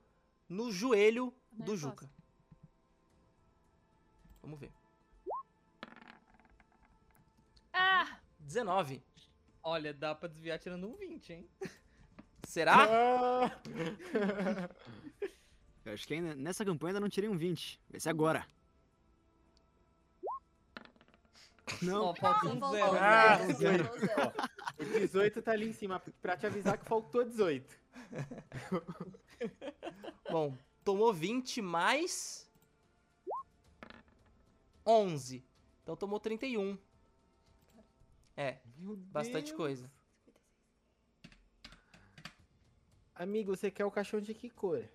no joelho
Não
do
encosta.
Juca. Vamos ver.
Ah!
19.
olha, dá pra desviar tirando um 20, hein?
Será?
Eu acho que ainda, nessa campanha ainda não tirei um 20. Vai ser agora. Não,
Ó, falta um
Faltou
zero.
zero,
Ah,
faltou
zero.
zero.
O 18 tá ali em cima, pra te avisar que faltou 18.
Bom, tomou 20 mais 11. Então tomou 31. É, bastante coisa.
Amigo, você quer o caixão de que cor?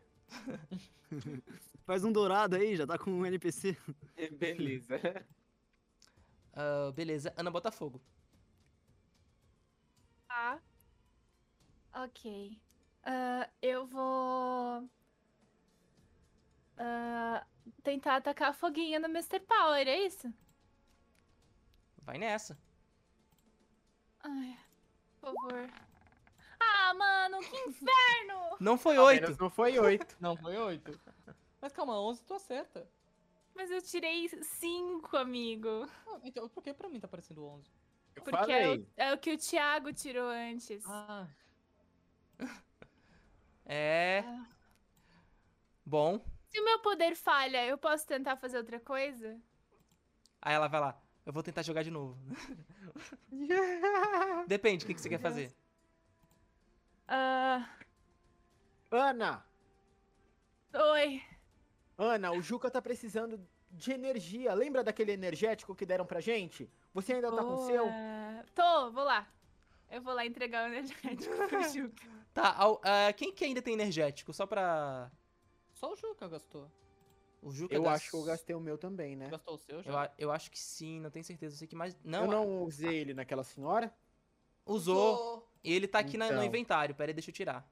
faz um dourado aí, já tá com um NPC.
Beleza.
Ah, beleza, Ana Botafogo.
Tá. Ok. Ah, eu vou. ah, tentar atacar a foguinha no Mr. Power, é isso?
Vai nessa.
Ai, por favor. Ah, mano, que inferno!
Não foi
Menos
8.
não foi 8.
Não, foi 8. Mas calma, 11 tu acerta.
Mas eu tirei cinco, amigo.
Ah, então, por que pra mim tá parecendo 11?
Eu
Porque é o,
falei.
é o que o Thiago tirou antes.
Ah,
É. Bom.
Se o meu poder falha, eu posso tentar fazer outra coisa?
Aí ela vai lá. Eu vou tentar jogar de novo. Depende, o que, que você quer fazer?
Ah,
Ana,
oi.
Ana, o Juca tá precisando de energia. Lembra daquele energético que deram pra gente? Você ainda tá com o
Oh, é.
seu?
Boa. Tô, vou lá. Eu vou lá entregar o energético pro Juca.
Tá, ao- ah, quem que ainda tem energético? Só pra.
só o Juca gastou.
O Juca
Eu
gas-
acho que eu gastei o meu também, né?
Gastou o seu já?
Eu, a- eu acho que sim, não tenho certeza. Eu sei que mais. Não,
Eu não usei ele naquela senhora?
usou. E ele tá aqui na- no
Então.
inventário. Pera aí, deixa eu tirar.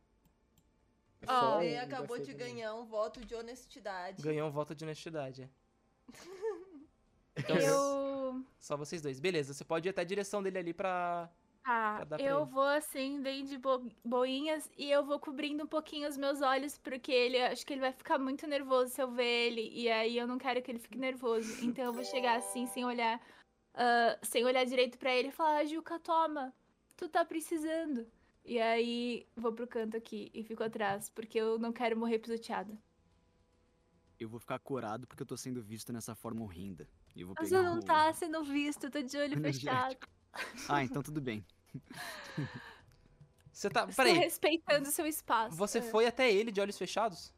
É só
Você
um,
acabou
gastei
de
do meu.
ganhar um voto de honestidade.
Ganhou um voto de honestidade. é. Então,
Eu.
Só vocês dois. Beleza, você pode ir até a direção dele ali pra.
Ah,
Pra dar pra
eu
ele.
vou assim, bem de bo- boinhas, e eu vou cobrindo um pouquinho os meus olhos, porque ele acho que ele vai ficar muito nervoso se eu ver ele. E aí eu não quero que ele fique nervoso. Então eu vou chegar assim, sem olhar, ah, sem olhar direito pra ele e falar, "Ah, Juca, toma, tu tá precisando. E aí vou pro canto aqui e fico atrás, porque eu não quero morrer pisoteada.
Eu vou ficar corado porque eu tô sendo visto nessa forma horrenda. E eu vou
Mas
pegar um
eu não
o-
tá sendo visto, eu tô de olho
Energético.
fechado.
Ah, então tudo bem.
Você tá.
Estou
Pera aí.
respeitando seu espaço.
Você
Ah.
foi até ele de olhos fechados?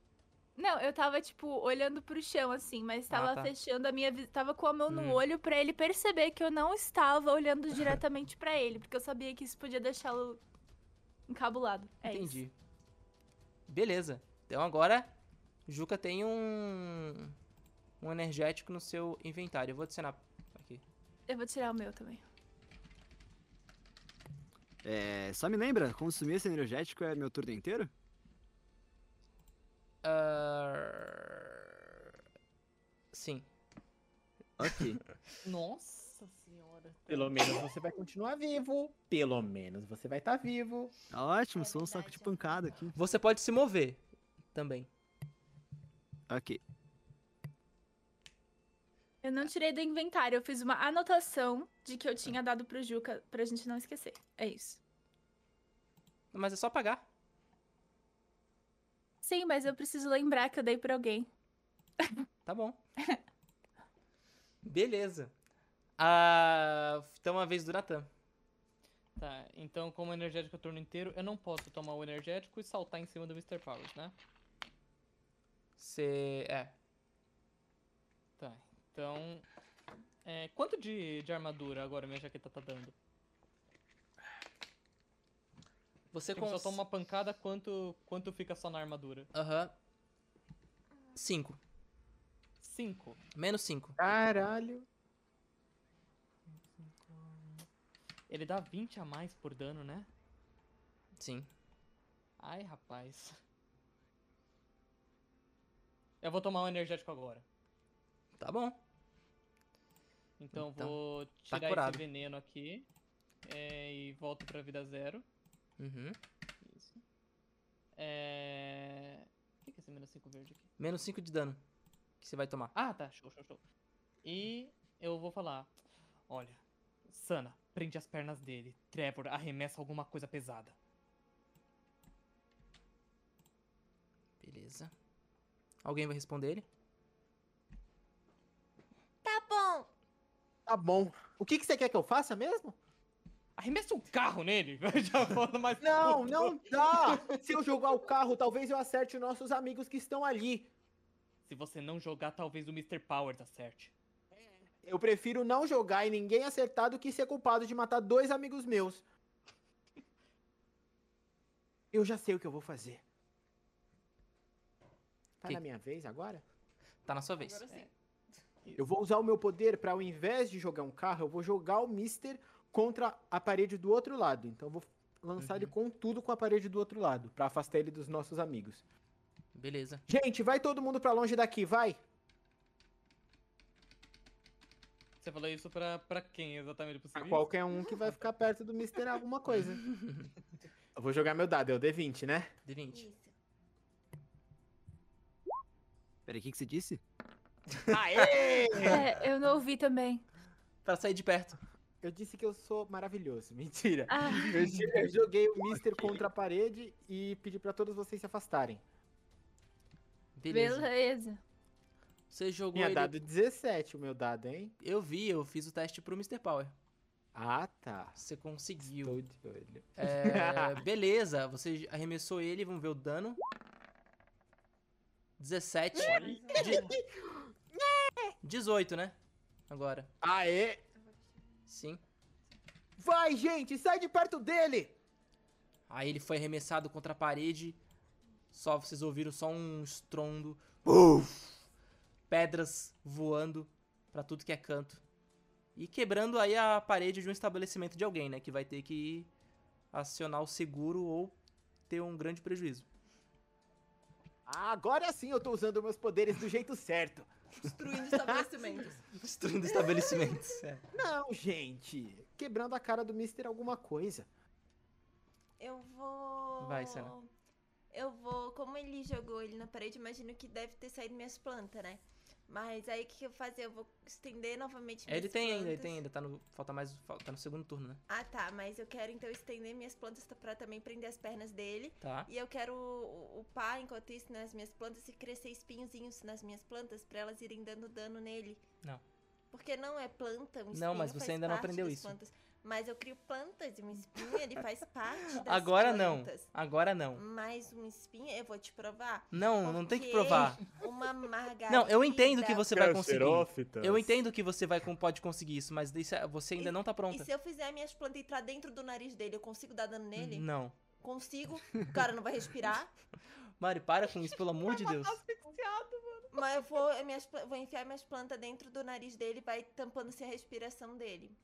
Não, eu tava, tipo, olhando pro chão, assim, mas tava
tá.
fechando a minha visão. Tava com a mão no
Hum.
olho pra ele perceber que eu não estava olhando diretamente pra ele, porque eu sabia que isso podia deixá-lo encabulado. É
Entendi.
isso.
Beleza. Então agora, Juca tem um. Um energético no seu inventário. Eu vou adicionar aqui.
Eu vou tirar o meu também.
É, só me lembra, consumir esse energético é meu turno inteiro?
Ah, Sim.
Ok.
Nossa senhora.
Pelo menos você vai continuar vivo. Pelo menos você vai estar vivo.
Tá ótimo,
É
sou um saco de
verdade, é
pancada aqui.
Você pode se mover também.
Ok.
Tá.
Eu não tirei do inventário, eu fiz uma anotação de que eu tinha
Tá.
dado pro Juca pra gente não esquecer. É isso.
Mas é só pagar.
Sim, mas eu preciso lembrar que eu dei pra alguém.
Tá bom. Beleza. Ah, então uma vez do Natan.
Tá, então como energético é o turno inteiro, eu não posso tomar o energético e saltar em cima do Mr. Powers, né?
Você. É.
Tá, então... é, quanto de, de armadura agora minha jaqueta tá dando?
Você
Tipo, se eu
cons-
tomo uma pancada, quanto, quanto fica só na armadura?
Aham. 5.
Cinco.
Menos 5.
Caralho.
Ele dá 20 a mais por dano, né?
Sim.
Ai, rapaz. Eu vou tomar o energético agora.
Tá bom.
Então,
Então,
vou
tá
tirar
curado.
esse veneno aqui. é, e volto pra vida zero.
Uhum.
Isso. É... O que que é esse menos 5 verde aqui?
Menos 5 de dano que você vai tomar.
Ah, tá. Show, show, show. E eu vou falar. Olha, Sana, prende as pernas dele. Trevor, arremessa alguma coisa pesada.
Beleza. Alguém vai responder ele?
Tá bom.
Tá bom. O que, que você quer que eu faça mesmo?
Arremessa um carro nele! Eu já vou mais
Não,
puto.
não dá! Se eu jogar o carro, talvez eu acerte os nossos amigos que estão ali.
Se você não jogar, talvez o Mr. Powers acerte.
Eu prefiro não jogar e ninguém acertar do que ser culpado de matar dois amigos meus. Eu já sei o que eu vou fazer. Tá
Que-
na minha vez agora?
Tá na sua vez.
Agora sim.
Eu vou usar o meu poder para, ao invés de jogar um carro, eu vou jogar o Mister contra a parede do outro lado. Então eu vou lançar ele com tudo com a parede do outro lado, para afastar ele dos nossos amigos.
Beleza.
Gente, vai todo mundo para longe daqui, vai!
Você falou isso pra, pra quem exatamente? Pro
Pra
civis?
qualquer um que vai ficar perto do Mister é alguma coisa. Eu vou jogar meu dado, é o D20, né?
D20.
Isso.
Peraí, o que, que você disse?
É, eu não ouvi também.
Pra sair de perto.
Eu disse que eu sou maravilhoso. Mentira.
Ah,
Eu, jo- eu joguei o Mister contra a parede e pedi pra todos vocês se afastarem.
Beleza.
beleza.
Você jogou
Tinha
ele.
dado 17 o meu dado, hein?
Eu vi, eu fiz o teste pro Mr. Power.
Ah, tá.
Você conseguiu.
Tô de olho.
É, beleza, você arremessou ele, vamos ver o dano. 17.
Mais um.
De- 18, né? Agora.
Aê!
Sim.
Vai, gente! Sai de perto dele!
Aí ele foi arremessado contra a parede. Só vocês ouviram só um estrondo. Uf! Pedras voando pra tudo que é canto. E quebrando aí a parede de um estabelecimento de alguém, né? Que vai ter que acionar o seguro ou ter um grande prejuízo.
Agora sim eu tô usando meus poderes do jeito certo.
Destruindo estabelecimentos.
Destruindo estabelecimentos. é.
Não, gente! Quebrando a cara do Mister alguma coisa.
Eu vou.
Vai, Sarah.
Eu vou. Como ele jogou ele na parede, imagino que deve ter saído minhas plantas, né? Mas aí o que, que eu vou fazer? Eu vou estender novamente minhas
É, Ele tem ainda, ele
plantas.
tem ainda. Tá no, falta mais, tá no segundo turno, né?
Ah, tá. Mas eu quero então estender minhas plantas pra também prender as pernas dele.
Tá.
E eu quero upar enquanto isso nas minhas plantas e crescer espinhozinhos nas minhas plantas pra elas irem dando dano nele.
Não.
Porque não é planta, um espinho
Não, mas
faz
você ainda não
parte
aprendeu
das
isso.
plantas. Mas eu crio plantas e um espinho, ele faz parte das
Agora não.
plantas.
Agora não.
Mais um espinho, eu vou te provar.
Não, não tem que
Ok.
provar.
Uma margarida.
Não, eu entendo que você vai conseguir.
Cancerófitas.
Eu entendo que você vai, com- pode conseguir isso, mas isso é- você ainda não tá
E
pronta.
se eu fizer minhas plantas entrar dentro do nariz dele, eu consigo dar dano nele?
Não.
Consigo. O cara não vai respirar.
Mari, para com isso, pelo amor de Deus.
mas eu vou, eu minhas pla- vou enfiar minhas plantas dentro do nariz dele, vai tampando se a respiração dele.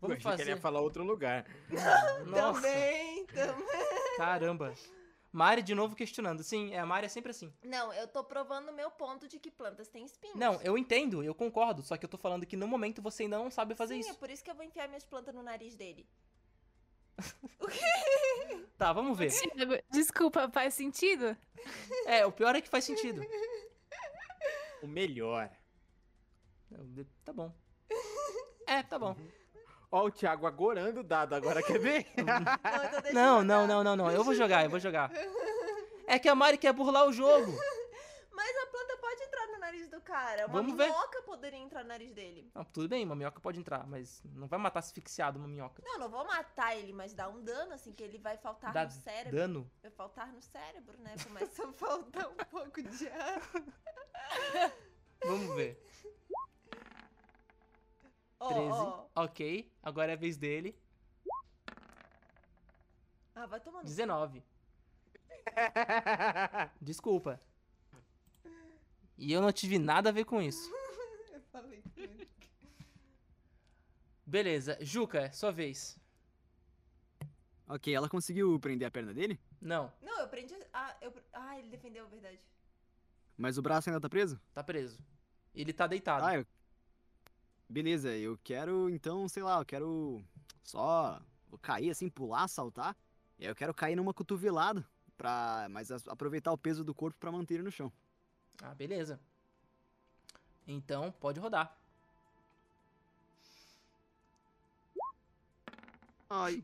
Eu
Vamos
achei que ele
fazer.
ia falar outro lugar.
Nossa,
Também, também.
caramba. Mari de novo questionando. Sim, é, a Mari é sempre assim.
Não, eu tô provando o meu ponto de que plantas têm espinhos.
Não, eu entendo, eu concordo, só que eu tô falando que no momento você ainda não sabe fazer
Sim, é
isso.
por isso que eu vou enfiar minhas plantas no nariz dele.
Tá, vamos ver.
Tiago, Desculpa, faz sentido?
É, o pior é que faz sentido.
O melhor.
Tá bom. É, tá bom.
Ó, o Thiago agorando o dado agora, quer ver?
Não, Então, eu tô deixando
Não, não,
andar.
não, não, não. Eu vou jogar, eu vou jogar. É que a Mari quer burlar o jogo.
Mas a planta pode entrar no nariz do cara. Uma
Vamos ver.
minhoca poderia entrar no nariz dele.
Não, tudo bem, uma minhoca pode entrar, mas não vai matar asfixiado uma minhoca.
Não, não vou matar ele, mas dá um dano, assim, que ele vai faltar
Dá
no cérebro.
dano?
Vai faltar no cérebro, né? Começa a faltar um pouco de ar.
Vamos ver.
Ó,
13.
ó.
Ok, agora é a vez dele.
Ah, vai tomando.
19. Desculpa. E eu não tive nada a ver com isso.
Eu falei com ele.
Beleza, Juca, é sua vez.
Ok, ela conseguiu prender a perna dele?
Não,
Não, eu prendi. Ah, eu... ah, ele defendeu, verdade.
Mas o braço ainda tá preso?
tá preso. Ele tá deitado.
Ah, eu... Beleza, eu quero então, sei lá, eu quero só eu cair assim, pular, saltar. E aí eu quero cair numa cotovelada, pra... mas as- aproveitar o peso do corpo pra manter ele no chão.
Ah, beleza. Então, pode rodar.
Ai.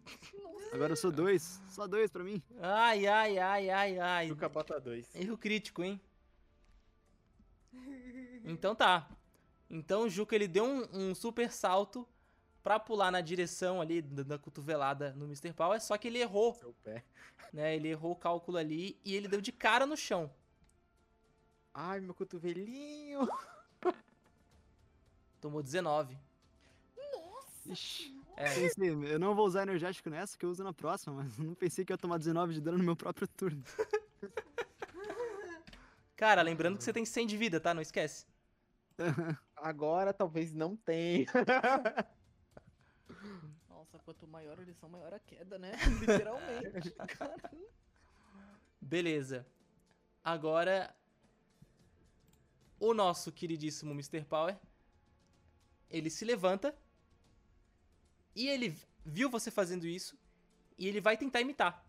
Agora eu sou dois, só dois pra mim.
Ai, ai, ai, ai, ai.
Nunca bota dois.
Erro crítico, hein? Então tá. Então o Juca ele deu um, um super salto pra pular na direção ali da, da cotovelada no Mr. Power, só que ele errou,
Seu pé.
né? Ele errou o cálculo ali e ele deu de cara no chão.
Ai, meu cotovelinho.
Tomou 19.
Ixi.
É.
Pensei, eu não vou usar energético nessa, que eu uso na próxima, mas eu não pensei que eu ia tomar 19 de dano no meu próprio turno.
Cara, lembrando que você tem 100 de vida, tá? Não esquece.
Agora talvez não tenha.
Nossa, quanto maior eles são, maior a queda, né? Literalmente.
Beleza. Agora o nosso queridíssimo Mr. Power ele se levanta e ele v- viu você fazendo isso e ele vai tentar imitar.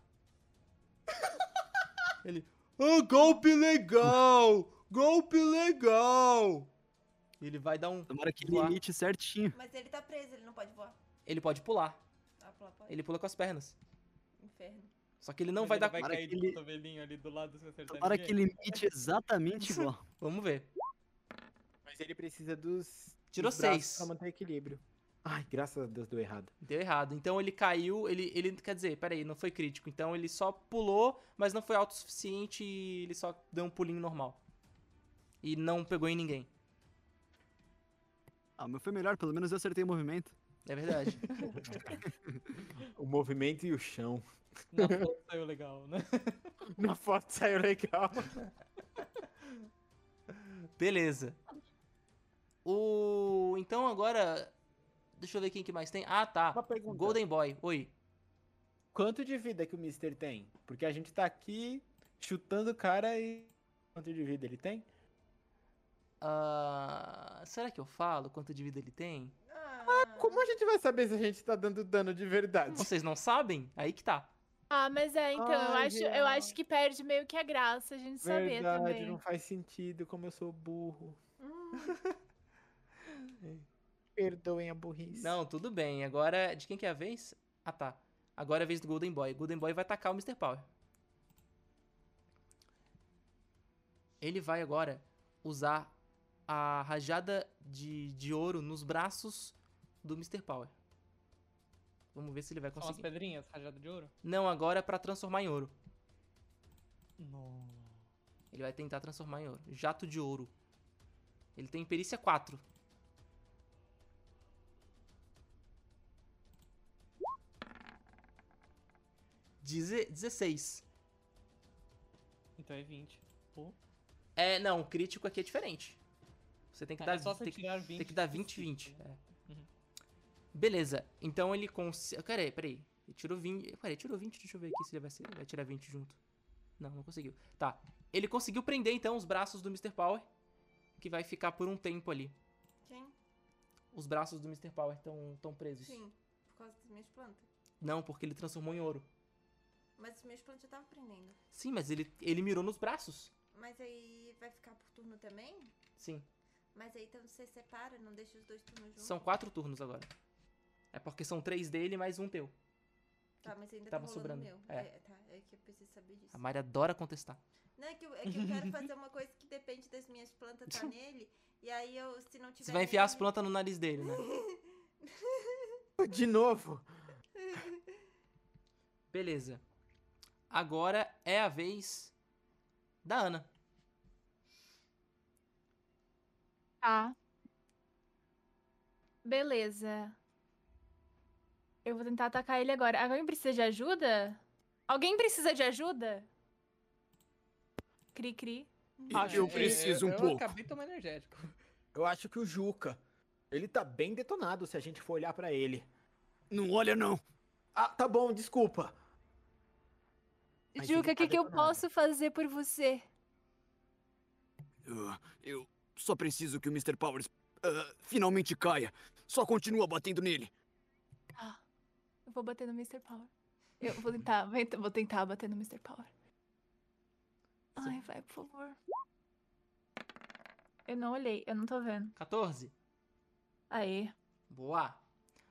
ele, "Ah, golpe legal! Golpe legal! Ele vai dar um.
Tomara que
Voar.
limite certinho.
Mas ele tá preso, ele não pode voar.
Ele pode pular.
Ah, pula, pode.
Ele pula com as pernas.
Inferno.
Só que ele não vai dar.
Vai
Tomara
cair
que
de
ele-
cotovelinho ali do lado sem acertar
Tomara que
ninguém.
limite exatamente igual.
Vamos ver.
Mas ele precisa dos.
Tirou
dos braços
seis.
Pra manter equilíbrio. Ai, graças a Deus deu errado.
Deu errado. Então ele caiu. Ele, ele. Quer dizer, peraí, não foi crítico. Então ele só pulou, mas não foi alto o suficiente e ele só deu um pulinho normal. E não pegou em ninguém.
Ah, o meu foi melhor, pelo menos eu acertei o movimento.
É verdade.
O movimento e o chão.
Na foto saiu legal, né?
Na foto saiu legal.
Beleza. O. Então agora. Deixa eu ver quem que mais tem. Ah, tá.
Uma pergunta.
Golden Boy. Oi.
Quanto de vida que o Mister tem? Porque a gente tá aqui chutando o cara e. Quanto de vida ele tem?
Ah, será que eu falo quanto de vida ele tem?
Ah,
Como a gente vai saber se a gente tá dando dano de verdade?
Vocês não sabem? Aí que tá.
Ah, mas é, então, eu,
Ai,
acho, eu acho que perde meio que a graça a gente saber
verdade,
também.
não faz sentido, como eu sou burro.
hum,
Perdoem a burrice.
Não, tudo bem. Agora, de quem que é a vez? Ah, tá. Agora é a vez do Golden Boy. Golden Boy vai atacar o Mr. Power. Ele vai agora usar a rajada de, de ouro nos braços do Mr. Power. Vamos ver se ele vai
São as
conseguir.
pedrinhas, rajada de ouro.
Não, agora é pra transformar em ouro.
Nossa.
Ele vai tentar transformar em ouro. Jato de ouro. Ele tem perícia 4. Deze 16.
Então é 20. Pô.
É, não, o crítico aqui é diferente. Você tem que
É
dar
só você
tem que-
tirar 20.
tem que dar
de
20,
espírito,
20.
né?
é.
Uhum.
Beleza, então ele consegue. Peraí, peraí. Ele tirou 20. Peraí, tirou 20, deixa eu ver aqui se ele vai, ser- vai tirar 20 junto. Não, não conseguiu. Tá. Ele conseguiu prender então os braços do Mr. Power, que vai ficar por um tempo ali.
quem?
Os braços do Mr. Power estão tão presos.
Sim, por causa das minhas plantas.
Não, porque ele transformou em ouro.
Mas as minhas plantas eu tava prendendo.
Sim, mas ele, ele mirou nos braços.
Mas aí vai ficar por turno também?
Sim.
Mas aí então você separa, não deixa os dois turnos juntos.
São quatro turnos agora. É porque são três dele mais um teu.
Tá, mas ainda
tava
tá rolando o
sobrando.
meu.
É.
tá, é que eu preciso saber disso.
A Mari adora contestar.
Não, é que, eu, é que eu quero fazer uma coisa que depende das minhas plantas tá nele. E aí eu, se não tiver.
Você vai enfiar as
nele-
plantas no nariz dele, né?
De novo.
Beleza. Agora é a vez da Ana.
Tá. Beleza. Eu vou tentar atacar ele agora. Alguém precisa de ajuda? Alguém precisa de ajuda? Cri cri.
Ah,
É,
eu preciso um
eu
pouco.
acabei de tomar energético.
Eu acho que o Juca. Ele tá bem detonado se a gente for olhar pra ele.
Não olha, não.
Ah, tá bom, desculpa. Mas ele
Juca, o
tá
que, que eu
detonado.
posso fazer por você?
Eu, eu só preciso que o Mr. Powers ah, finalmente caia. Só continua batendo nele.
Ah, Eu vou bater no Mr. Power. Eu vou tentar, vai- vou tentar bater no Mr. Power. Ai, vai, por favor. Eu não olhei, eu não tô vendo.
14.
Aí.
Boa.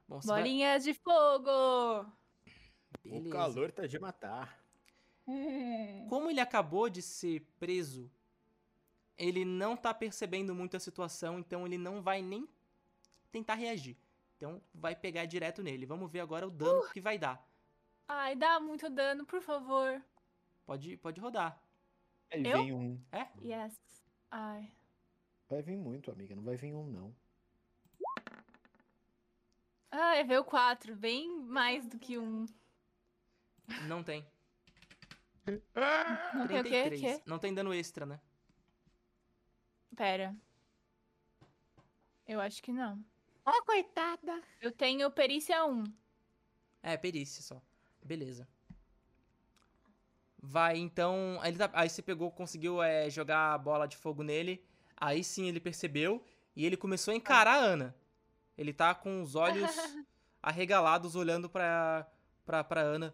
Bom, você vai-
Bolinhas de fogo!
Beleza.
O calor tá de matar.
Como ele acabou de ser preso, ele não tá percebendo muito a situação, então ele não vai nem tentar reagir. Então vai pegar direto nele. Vamos ver agora o dano que vai dar.
Ai, dá muito dano, por favor.
Pode, pode rodar.
Vai
Eu?
vir um.
É?
Yes. Ai.
Vai vir muito, amiga. Não vai vir um, não.
Ai, veio Ah, quatro, bem mais do que um.
Não tem.
Não tem o quê? O quê?
Não tem dano extra, né?
Pera. Eu acho que não.
Oh, coitada.
Eu tenho perícia 1.
É, perícia só. Beleza. Vai, então. Aí, ele tá- aí você pegou, conseguiu é, jogar a bola de fogo nele. Aí sim ele percebeu. E ele começou a encarar a Ana. Ele tá com os olhos arregalados, olhando pra, pra, pra Ana.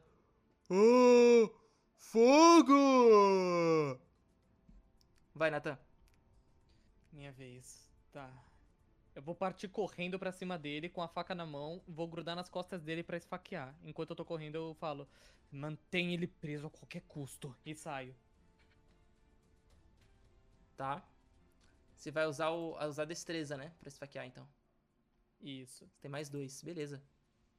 Oh, fogo! Vai, Nathan.
Minha vez. Tá. Eu vou partir correndo pra cima dele com a faca na mão, vou grudar nas costas dele pra esfaquear. Enquanto eu tô correndo, eu falo: "Mantém ele preso a qualquer custo" e saio.
Tá. Você vai usar, o, a usar destreza, né? Pra esfaquear, então.
Isso.
Você tem mais dois, beleza.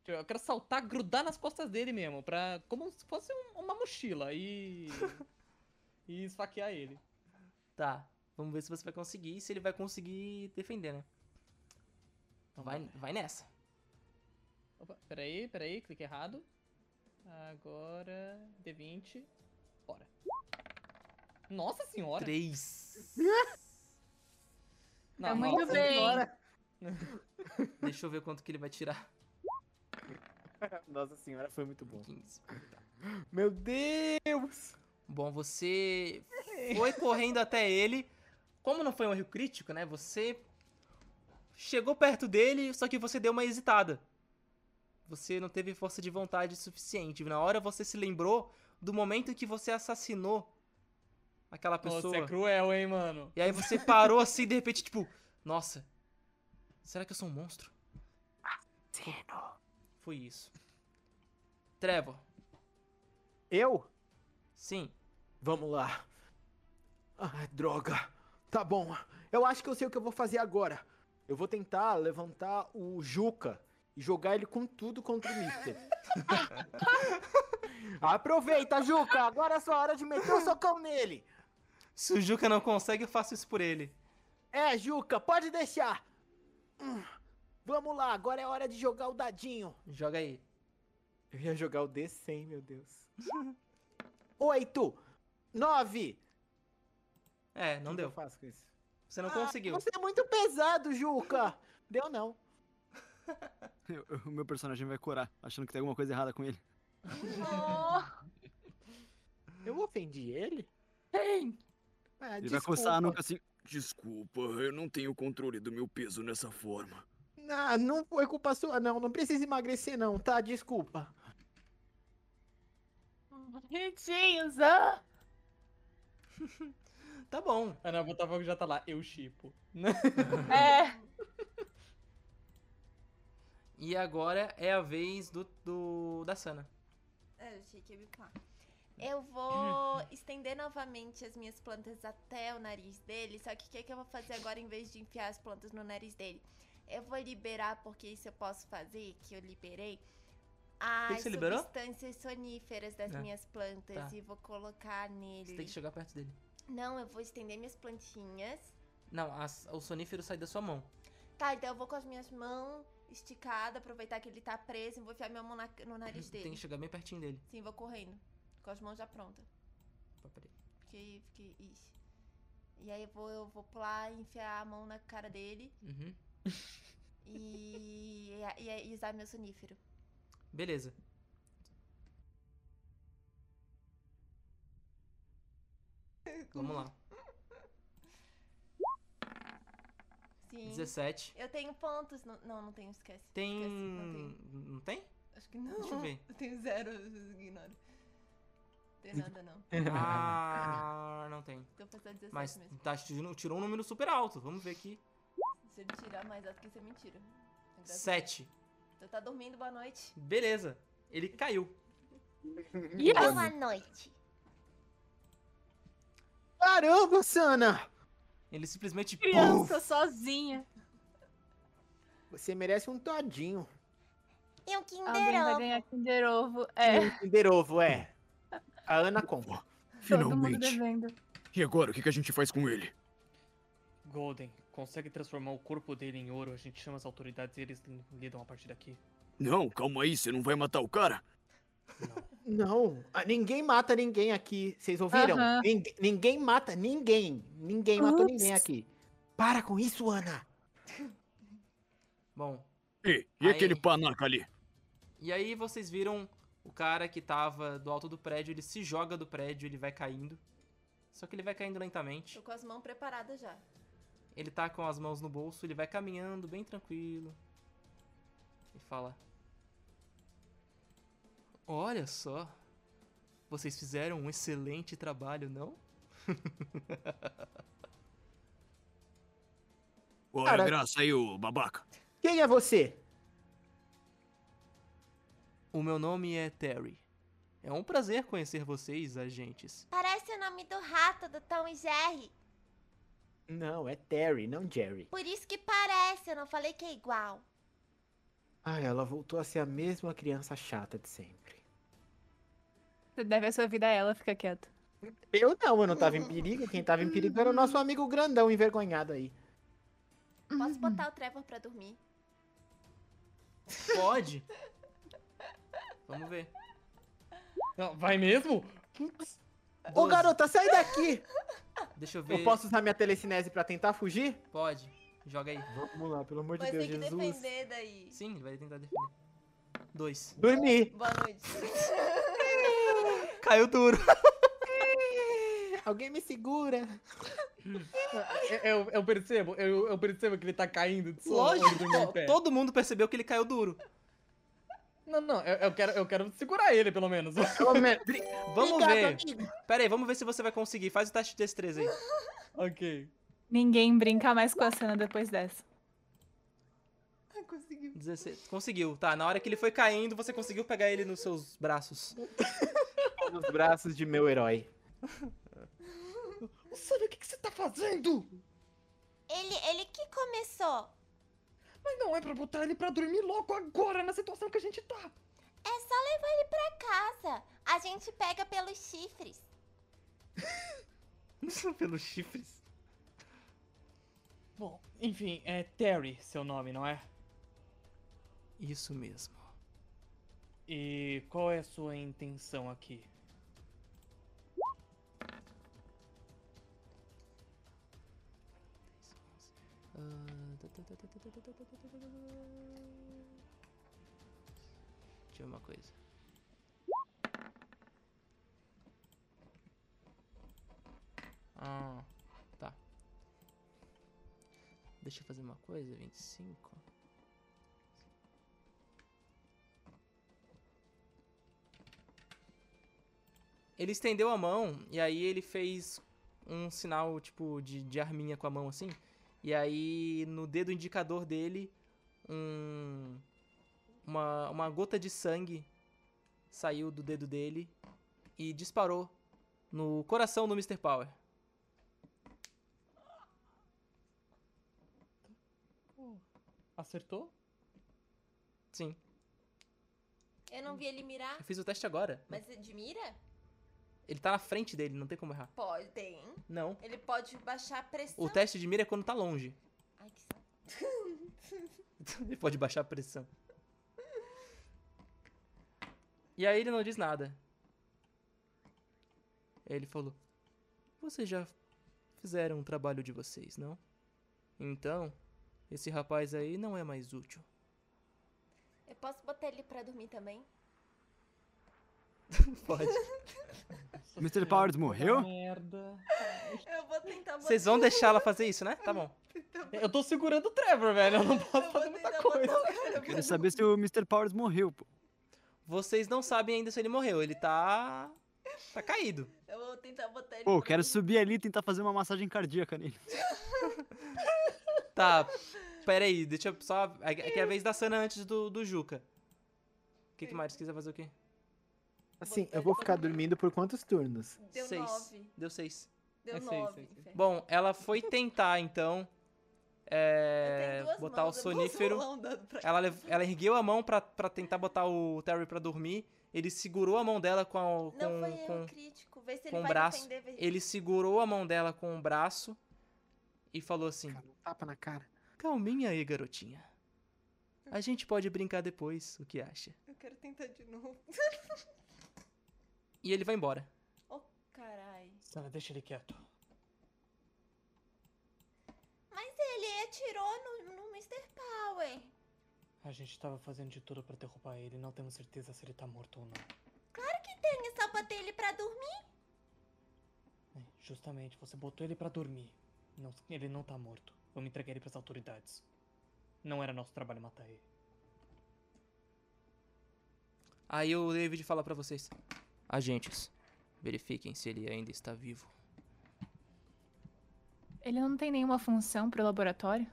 Eu quero saltar, grudar nas costas dele mesmo, pra como se fosse um- uma mochila e e esfaquear ele.
Tá. Vamos ver se você vai conseguir e se ele vai conseguir defender, né? Então vai, vai nessa.
Opa, peraí, peraí, clique errado. Agora, D20. Bora. Nossa senhora!
Três.
Não,
Tá
não,
muito
nossa
bem.
senhora.
Deixa eu ver quanto que ele vai tirar.
É, Nossa senhora, foi muito bom.
15.
Meu Deus!
Bom, você foi correndo até ele. Como não foi um erro crítico, né? Você chegou perto dele, só que você deu uma hesitada. Você não teve força de vontade suficiente. Na hora você se lembrou do momento em que você assassinou aquela
Pô,
pessoa.
Você é cruel, hein, mano?
E aí você parou assim, de repente, tipo, nossa, será que eu sou um monstro? Foi isso. Trevor,
Eu?
sim.
Vamos lá. Ah, droga. Tá bom. Eu acho que eu sei o que eu vou fazer agora. Eu vou tentar levantar o Juca e jogar ele com tudo contra o Mister. Aproveita, Juca! Agora é a sua hora de meter o socão nele!
Se o Juca não consegue, eu faço isso por ele.
É, Juca, pode deixar! Hum, Vamos lá, agora é hora de jogar o dadinho.
Joga aí.
Eu ia jogar o D100, meu Deus. Oito! Nove!
É,
O
não
que Eu
deu.
faço com isso?
Você não
Ah,
conseguiu.
Você é muito pesado, Juca. Deu não.
Eu- eu- O meu personagem vai corar, achando que tem alguma coisa errada com ele.
Oh.
Eu ofendi ele? Ah,
Ele
desculpa.
vai coçar a nuca assim.
Desculpa, eu não tenho controle do meu peso nessa forma.
Ah, não foi culpa sua, não. Não precisa emagrecer, não, tá? Desculpa.
Bonitinhos, ah!
Tá bom.
Ana Botafogo já tá lá, eu chipo.
É,
E agora é a vez do, do da Sana.
É, eu achei que ia me pular. Eu vou estender novamente as minhas plantas até o nariz dele, só que o que, que eu vou fazer agora em vez de enfiar as plantas no nariz dele? Eu vou liberar, porque isso eu posso fazer, que eu liberei, as
você liberou?
substâncias soníferas das
Ah,
minhas plantas
tá.
e vou colocar nele.
Você tem que chegar perto dele.
Não, eu vou estender minhas plantinhas.
Não, as- o sonífero sai da sua mão.
Tá, então eu vou com as minhas mãos esticadas, aproveitar que ele tá preso e vou enfiar minha mão na- no nariz
Tem
dele.
que chegar bem pertinho dele.
Sim, vou correndo, com as mãos já prontas.
Opa, peraí.
Fiquei, fiquei, ixi. E aí eu vou, eu vou pular, enfiar a mão na cara dele
Uhum.
e, e, e- e usar meu sonífero.
Beleza. Vamos lá.
Sim.
17.
Eu tenho pontos. no- não, não tenho, esquece.
Tem.
Esquece, não tenho.
Não tem?
Acho que não.
Deixa eu ver.
Eu tenho zero, eu ignoro. Não tem nada, não.
Ah, não tem.
Então foi só 17
Mas
mesmo.
tá, tirou tirou um número super alto. Vamos ver aqui.
Se ele tirar mais alto que isso é mentira. Agora-
7.
Então tá dormindo, boa noite.
Beleza. Ele caiu.
Boa noite.
Caramba, Sana!
Ele simplesmente.
criança sozinha.
Você merece um todinho.
E um
Alguém vai ganhar Kinder Ovo. É,
Um Kinder Ovo, é. A Ana compra.
todo mundo
Finalmente.
devendo.
E agora, o que que a gente faz com ele?
Golden, consegue transformar o corpo dele em ouro, a gente chama as autoridades e eles lin- lidam a partir daqui.
Não, calma aí, você não vai matar o cara?
Não, ah, ninguém mata ninguém aqui. Vocês ouviram?
Aham.
Ningu- ninguém mata ninguém. Ninguém matou
Ups.
ninguém aqui. Para com isso, Ana.
Bom,
E, e
Aí.
aquele panaca ali?
E aí vocês viram o cara que tava do alto do prédio, ele se joga do prédio, ele vai caindo. Só que ele vai caindo lentamente.
Tô com as mãos preparadas já.
Ele tá com as mãos no bolso, ele vai caminhando bem tranquilo. E fala: Olha só. Vocês fizeram um excelente trabalho, não?
Ô,
Cara-
graça aí, ô babaca.
Quem é você?
O meu nome é Terry. É um prazer conhecer vocês, agentes.
Parece o nome do rato do Tom e Jerry.
Não, é Terry, não Jerry.
Por isso que parece, eu não falei que é igual.
Ai, ela voltou a ser a mesma criança chata de sempre.
Você deve a sua vida a ela, fica quieto.
Eu não, eu não tava em perigo. Quem tava em perigo era o nosso amigo grandão envergonhado aí.
Posso botar o Trevor pra dormir?
Pode? Vamos ver.
Não, vai mesmo?
Ô
Doze.
garota, sai daqui!
Deixa eu ver.
Eu posso usar minha telecinese pra tentar fugir?
Pode. Joga aí.
Vamos lá, pelo amor de
Mas
Deus,
tem que
Jesus.
defender daí.
Sim, vai tentar defender. Dois.
Dormir!
Boa noite.
Caiu duro.
Alguém me segura!
Eu, eu percebo, eu, eu percebo que ele tá caindo de sono
Lógico.
quando dormir em
to-
pé.
Todo mundo percebeu que ele caiu duro.
Não, não, eu, eu quero, eu quero segurar ele, pelo menos.
Vamos
Obrigado,
ver.
amigo.
Pera aí, vamos ver se você vai conseguir. Faz o teste de destreza aí.
ok.
Ninguém brinca mais com a cena depois dessa.
16. Conseguiu. Tá, na hora que ele foi caindo, você conseguiu pegar ele nos seus braços.
Nos braços de meu herói.
Sônia, o que, que você tá fazendo?
Ele, ele que começou.
Mas não é pra botar ele pra dormir logo agora, na situação que a gente tá.
É só levar ele pra casa. A gente pega pelos chifres.
Pelos chifres.
Bom, enfim, é Terry seu nome, não é?
Isso mesmo.
E qual é a sua intenção aqui?
Ah, tá, tá, tá, tá, tá, tá, tá, tá, tá, tá, tá, tá, tá. Deixa eu ver uma coisa. Ah, tá. Deixa eu fazer uma coisa, 25. Ele estendeu a mão e aí ele fez um sinal tipo de, de arminha com a mão assim. E aí, no dedo indicador dele, um, uma, uma gota de sangue saiu do dedo dele e disparou no coração do Mr. Power.
Acertou?
Sim,
Eu não vi ele mirar,
eu fiz o teste agora.
mas de mira?
Ele tá na frente dele, não tem como errar.
Pode, tem.
Não.
Ele pode baixar a pressão.
O teste de mira é quando tá longe.
Ai, que saco.
Ele pode baixar a pressão. E aí ele não diz nada. Ele falou: Vocês já fizeram o trabalho de vocês, não? Então, esse rapaz aí não é mais útil.
Eu posso botar ele pra dormir também?
Pode.
Nossa
Mr.
senhora,
Powers
puta
morreu?
Merda.
Eu vou tentar botar.
Vocês vão deixar ela fazer isso, né? Tá bom.
Eu tô segurando o Trevor, velho. Eu não posso
Eu vou
fazer muita
tentar
coisa.
botar o cara pra
Quero saber se o Mr. Powers morreu, pô.
Vocês não sabem ainda se ele morreu. Ele tá. tá caído.
Eu vou tentar botar ele.
Pô,
pra
quero
dormir.
subir ali e tentar fazer uma massagem cardíaca nele.
Tá, pera aí, deixa eu só. Aqui é a vez da Sana antes do, do Juca. O que, que o Maris quiser fazer o quê?
Assim, eu vou ficar dormindo por quantos turnos?
Deu
seis.
nove.
Deu seis.
Deu
É seis,
nove.
seis, seis.
inferno.
Bom, ela foi tentar, então. é,
Eu tenho duas
botar
mãos,
o
eu posso
sonífero.
rolar um dado pra-
Ela, lev- ela ergueu a mão pra, pra tentar botar o Terry pra dormir. Ele segurou a mão dela com. a- com,
Não foi
com-
erro crítico. Vê se
com
ele
o
vai
braço.
defender. vê-
Ele segurou a mão dela com o braço e falou assim:
Cara, um tapa na cara.
Calminha aí, garotinha. A gente pode brincar depois, o que acha?
Eu quero tentar de novo.
E ele vai embora.
Oh, Carai.
Sana, deixa ele quieto.
Ele atirou no, no Mr. Power.
A gente tava fazendo de tudo pra derrubar ele. Não temos certeza se ele tá morto ou não.
É
Eu só botei ele pra dormir.
É, justamente, você botou ele pra dormir. Não- ele não tá morto. Vamos entregar ele pras autoridades. Não era nosso trabalho matar ele.
Aí o David fala pra vocês: Agentes, verifiquem se ele ainda está vivo.
Ele não tem nenhuma função pro laboratório?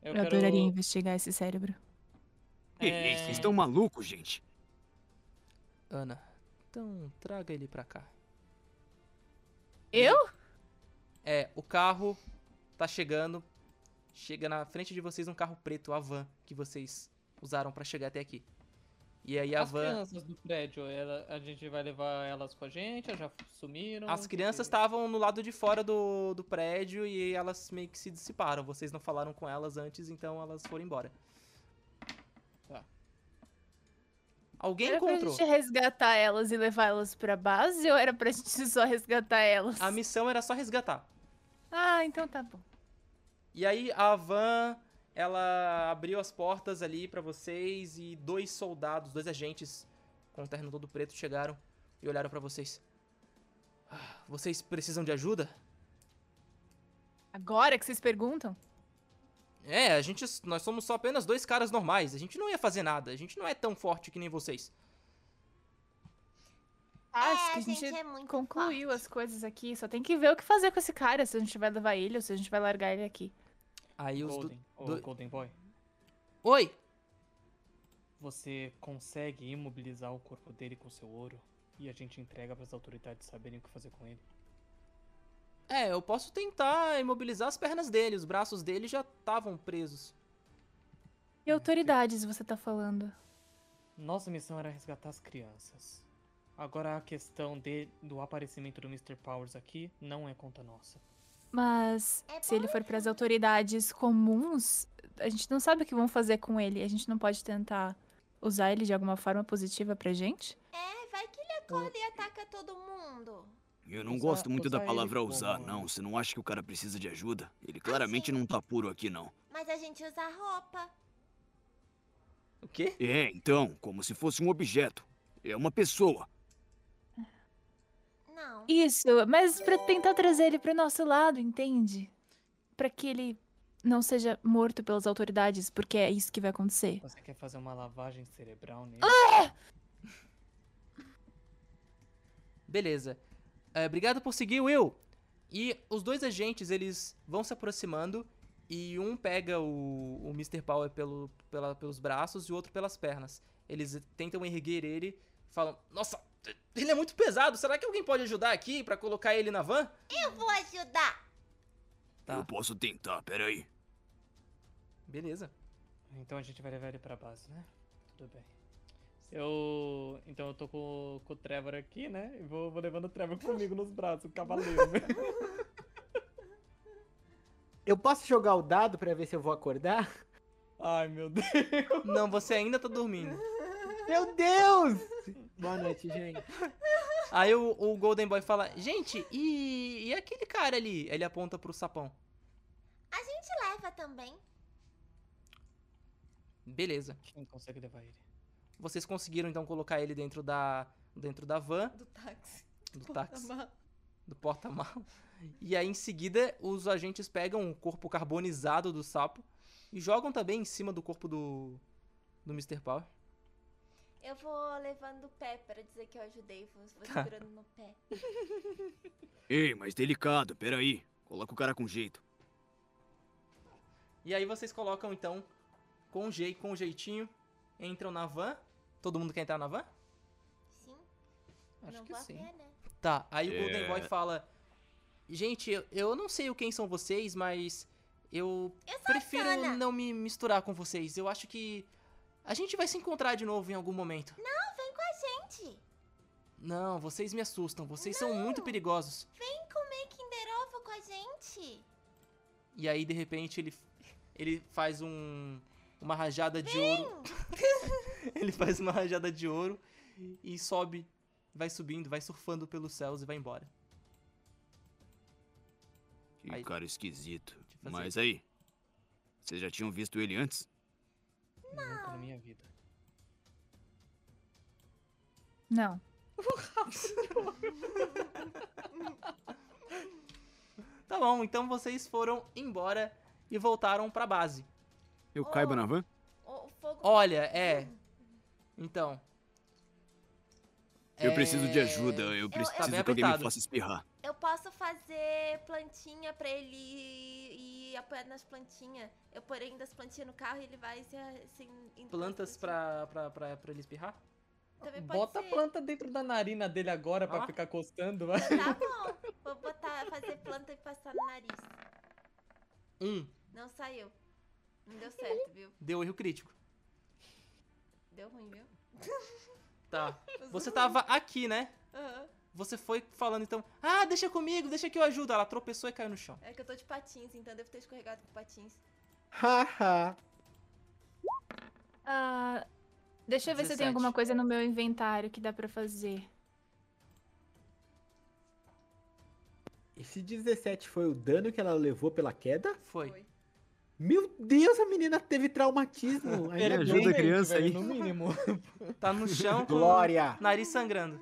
Eu,
Eu,
quero-
adoraria investigar esse cérebro.
Que
É.
isso, Vocês estão malucos, gente?
Ana, então traga ele pra cá.
Eu?
É, o carro tá chegando. Chega na frente de vocês um carro preto, a van, que vocês usaram pra chegar até aqui. E aí a
As
van.
crianças do prédio, ela- a gente vai levar elas com a gente? Elas já sumiram?
As crianças tá-
Porque-
estavam no lado de fora do, do prédio e elas meio que se dissiparam. Vocês não falaram com elas antes, então elas foram embora.
Tá.
Alguém
Era pra
encontrou.
gente resgatar elas e levá-las pra base ou era pra gente só resgatar elas?
A missão era só resgatar.
Ah, então tá bom.
E aí a van, ela abriu as portas ali pra vocês e dois soldados, dois agentes com o terno todo preto chegaram e olharam pra vocês. "Ah, Vocês precisam de ajuda?
Agora que vocês perguntam?
É, a gente, nós somos só apenas dois caras normais. A gente não ia fazer nada. A gente não é tão forte que nem vocês.
Acho
É,
que
a
a gente,
gente é muito
concluiu
forte.
as coisas aqui. Só tem que ver o que fazer com esse cara. Se a gente vai levar ele ou se a gente vai largar ele aqui.
Aí os do...
Golden, ô,
do-
Golden Boy,
Oi,
você consegue imobilizar o corpo dele com seu ouro? E a gente entrega pras autoridades saberem o que fazer com ele.
É, eu posso tentar imobilizar as pernas dele. Os braços dele já estavam presos.
E autoridades você tá falando?
Nossa missão era resgatar as crianças. Agora a questão de- do aparecimento do Mr. Powers aqui não é conta nossa.
Mas
É
se ele for pras autoridades comuns, a gente não sabe o que vão fazer com ele. A gente não pode tentar usar ele de alguma forma positiva pra gente?
É, vai que ele acorda e ataca todo mundo.
Eu não
Usar-
gosto muito da
usar ele
palavra
como-
usar, Ah, não. Você não acha que o cara precisa de ajuda? Ele claramente não tá puro aqui, não.
Mas a gente usa roupa.
O quê?
É, então, como se fosse um objeto. É uma pessoa.
Não.
Isso, mas pra tentar trazer ele pro nosso lado, entende? Pra que ele não seja morto pelas autoridades, porque é isso que vai acontecer.
Você quer fazer uma lavagem cerebral nele?
Beleza. É, obrigado por seguir, Will. E os dois agentes, eles vão se aproximando. E um pega o, o Mr. Power pelo, pela- pelos braços e o outro pelas pernas. Eles tentam erguer ele. Falam, nossa, ele é muito pesado. Será que alguém pode ajudar aqui pra colocar ele na van?
Eu vou ajudar.
Tá.
Eu posso tentar, peraí.
Beleza.
Então a gente vai levar ele pra base, né? Tudo bem. Eu. Então eu tô com, com o Trevor aqui, né? E vou, vou levando o Trevor comigo nos braços, o cavaleiro. né?
Eu posso jogar o dado pra ver se eu vou acordar?
Ai, meu Deus.
Não, você ainda tá dormindo.
Meu Deus! Boa noite, gente.
Aí o, o Golden Boy fala, gente, e, e aquele cara ali? Ele aponta pro sapão.
A gente leva também.
Beleza.
Quem consegue levar ele?
Vocês conseguiram então colocar ele dentro da dentro da van,
Do táxi.
do
Porra,
táxi,
ma-
do porta-mal. E aí em seguida, os agentes pegam o corpo carbonizado do sapo e jogam também em cima do corpo do do Mr. Power.
Eu vou levando o pé pra dizer que eu ajudei. Vou, vou
Tá.
segurando no pé.
Ei, mas delicado, peraí. Coloca o cara com jeito.
E aí vocês colocam então com jeito, com jeitinho, entram na van. Todo mundo quer entrar na van?
Sim. Eu
Acho
não
que
vou a
sim.
pé, né?
Tá, aí o Golden
É.
Boy fala: Gente, eu, eu não sei o quem são vocês, mas eu, prefiro
Sana.
não me misturar com vocês. Eu acho que a gente vai se encontrar de novo em algum momento. Não,
Gente,
vocês me assustam, vocês são muito perigosos.
vem comer Kinder Ovo com a gente.
E aí, de repente, ele, ele faz um, uma rajada de ouro. ele faz uma rajada de ouro e sobe, vai subindo, vai surfando pelos céus e vai embora.
Que
Aí.
cara esquisito.
eu fazer.
Mas aí, vocês já tinham visto ele antes?
Nunca na minha vida.
Não.
Tá bom, então vocês foram embora e voltaram pra base.
Eu
Oh.
caibo na van?
é,
O, o fogo. tá
Olha, é. Então.
Eu preciso de
É,
ajuda, eu
tá bem
preciso que alguém me
apertado.
faça espirrar.
Eu posso fazer plantinha pra ele ir, ir apoiado nas plantinhas. Eu porém das plantinhas no carro e ele vai se, se indo
Plantas
pelas
pra,
plantinhas.
pra, pra, pra ele espirrar?
Também pode
Bota a
ser.
planta dentro da narina dele agora pra
Ó.
ficar coçando. vai.
Tá bom. Vou botar, fazer planta e passar no nariz.
Um,
Não saiu. Não deu certo, viu?
deu erro crítico.
Deu ruim, viu?
Tá. Você tava aqui, né?
Aham.
Você foi falando então, ah, deixa comigo, deixa que eu ajudo. Ela tropeçou e caiu no chão.
É que eu tô de patins, então devo ter escorregado com patins.
Haha.
Ah, deixa eu ver se tem
17.
alguma coisa no meu inventário que dá pra fazer.
Esse 17 foi o dano que ela levou pela queda?
Foi.
Foi.
Meu Deus, a menina teve traumatismo. Ainda
Ele
bem.
ajuda a
doente,
criança
velho,
aí.
No mínimo.
Tá no chão com
Glória.
o nariz sangrando.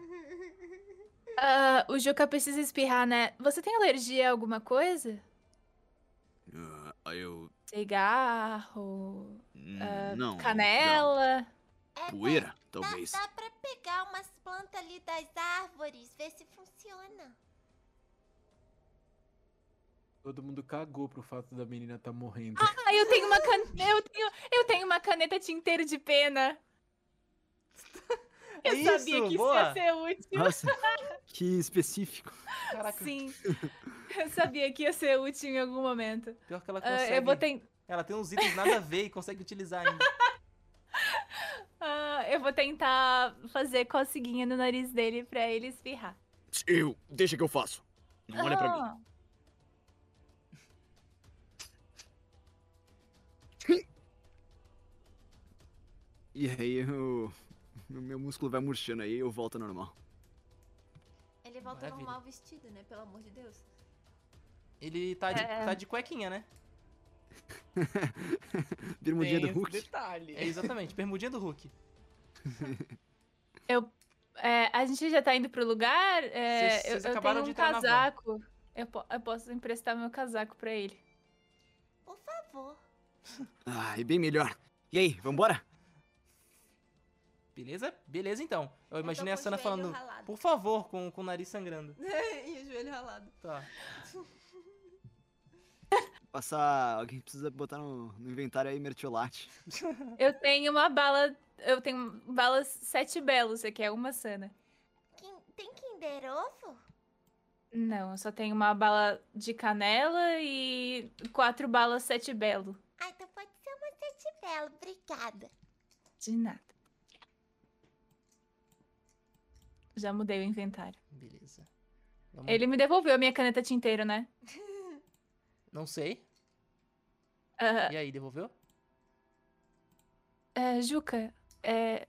Ah, o Juca precisa espirrar, né? Você tem alergia a alguma coisa?
Ah, Aí eu.
Cigarro,
hum,
ah,
não.
canela.
É,
não.
dá-
Poeira,
dá,
talvez.
dá pra pegar umas plantas ali das árvores, ver se funciona.
Todo mundo cagou pro fato da menina tá morrendo.
Ah, eu tenho uma caneta. Eu tenho, eu tenho uma caneta tinteiro de pena.
É
Eu
Isso,
sabia que
boa.
isso ia ser útil.
Nossa, que específico.
Caraca,
Sim. Eu sabia que ia ser útil em algum momento.
pior que ela
Ah,
consegue.
eu vou ten-
Ela tem uns itens nada a ver e consegue utilizar ainda.
ah, eu vou tentar fazer coceguinha no nariz dele pra ele espirrar.
Eu. Deixa que eu faço. Não olha pra mim.
Ah,
E aí eu. o Meu músculo vai murchando aí e eu volto ao normal.
Ele volta
Maravilha.
normal vestido, né? Pelo amor de Deus.
Ele tá de,
É.
tá de cuequinha, né?
Bermudinha
Tem
do
esse
Hulk.
detalhe.
É exatamente, bermudinha do Hulk.
é, a gente já tá indo pro lugar. É,
Vocês- vocês
eu, eu
acabaram
tenho um
de entrar na van.
casaco. Eu, po- eu posso emprestar meu casaco pra ele.
Por favor.
Ah, é bem melhor. E aí, vambora?
Beleza? Beleza então. Eu
Eu tô
imaginei a
tá com o
Sana
joelho
falando,
ralado.
por favor, com, com o nariz sangrando.
e o joelho ralado.
Tá.
Passar. Alguém precisa botar no, no inventário aí mertiolate.
Uhum.
Eu tenho uma bala. Eu tenho balas sete belos. Você quer uma sana?
Quin- tem Kinder Ovo?
Não, eu só tenho uma bala de canela e quatro balas sete belo.
Ah, então pode ser uma sete belo, obrigada.
De nada. Já mudei o inventário.
Beleza. Vamos-
Ele me devolveu a minha caneta tinteiro, né?
Não sei.
Ah,
E aí, devolveu?
ah, Juca, é...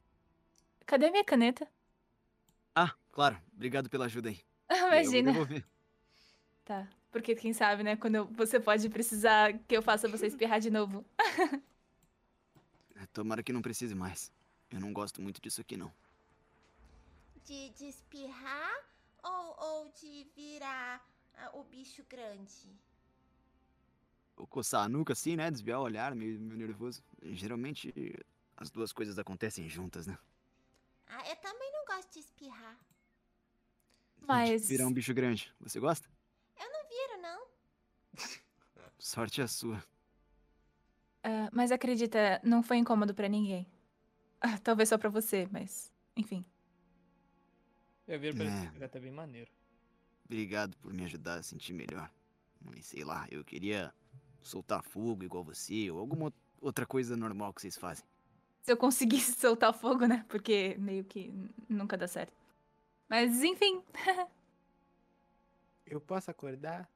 cadê a minha caneta?
Ah, claro. Obrigado pela ajuda aí. E aí eu vou
Imagina.
devolver.
Tá. Porque quem sabe, né? Quando eu- você pode precisar que eu faça você espirrar de novo.
É, Tomara que não precise mais. Eu não gosto muito disso aqui, não.
De, de espirrar ou, ou de virar ah, o bicho grande?
Vou coçar a nuca assim, né? Desviar o olhar, meio, meio nervoso. Geralmente as duas coisas acontecem juntas, né?
Ah, eu também não gosto de espirrar.
Mas.
Virar um bicho grande. Você gosta?
Viro, não?
Sorte é a sua.
ah, mas acredita, não foi incômodo pra ninguém. Ah, talvez só pra você, mas. Enfim.
Eu viro pra
É.
ele fica até bem maneiro.
Obrigado por me ajudar a sentir melhor. Mas sei lá, eu queria soltar fogo igual você ou alguma ou- outra coisa normal que vocês fazem.
Se eu conseguisse soltar o fogo, né? Porque meio que n- nunca dá certo. Mas, enfim.
Eu posso acordar?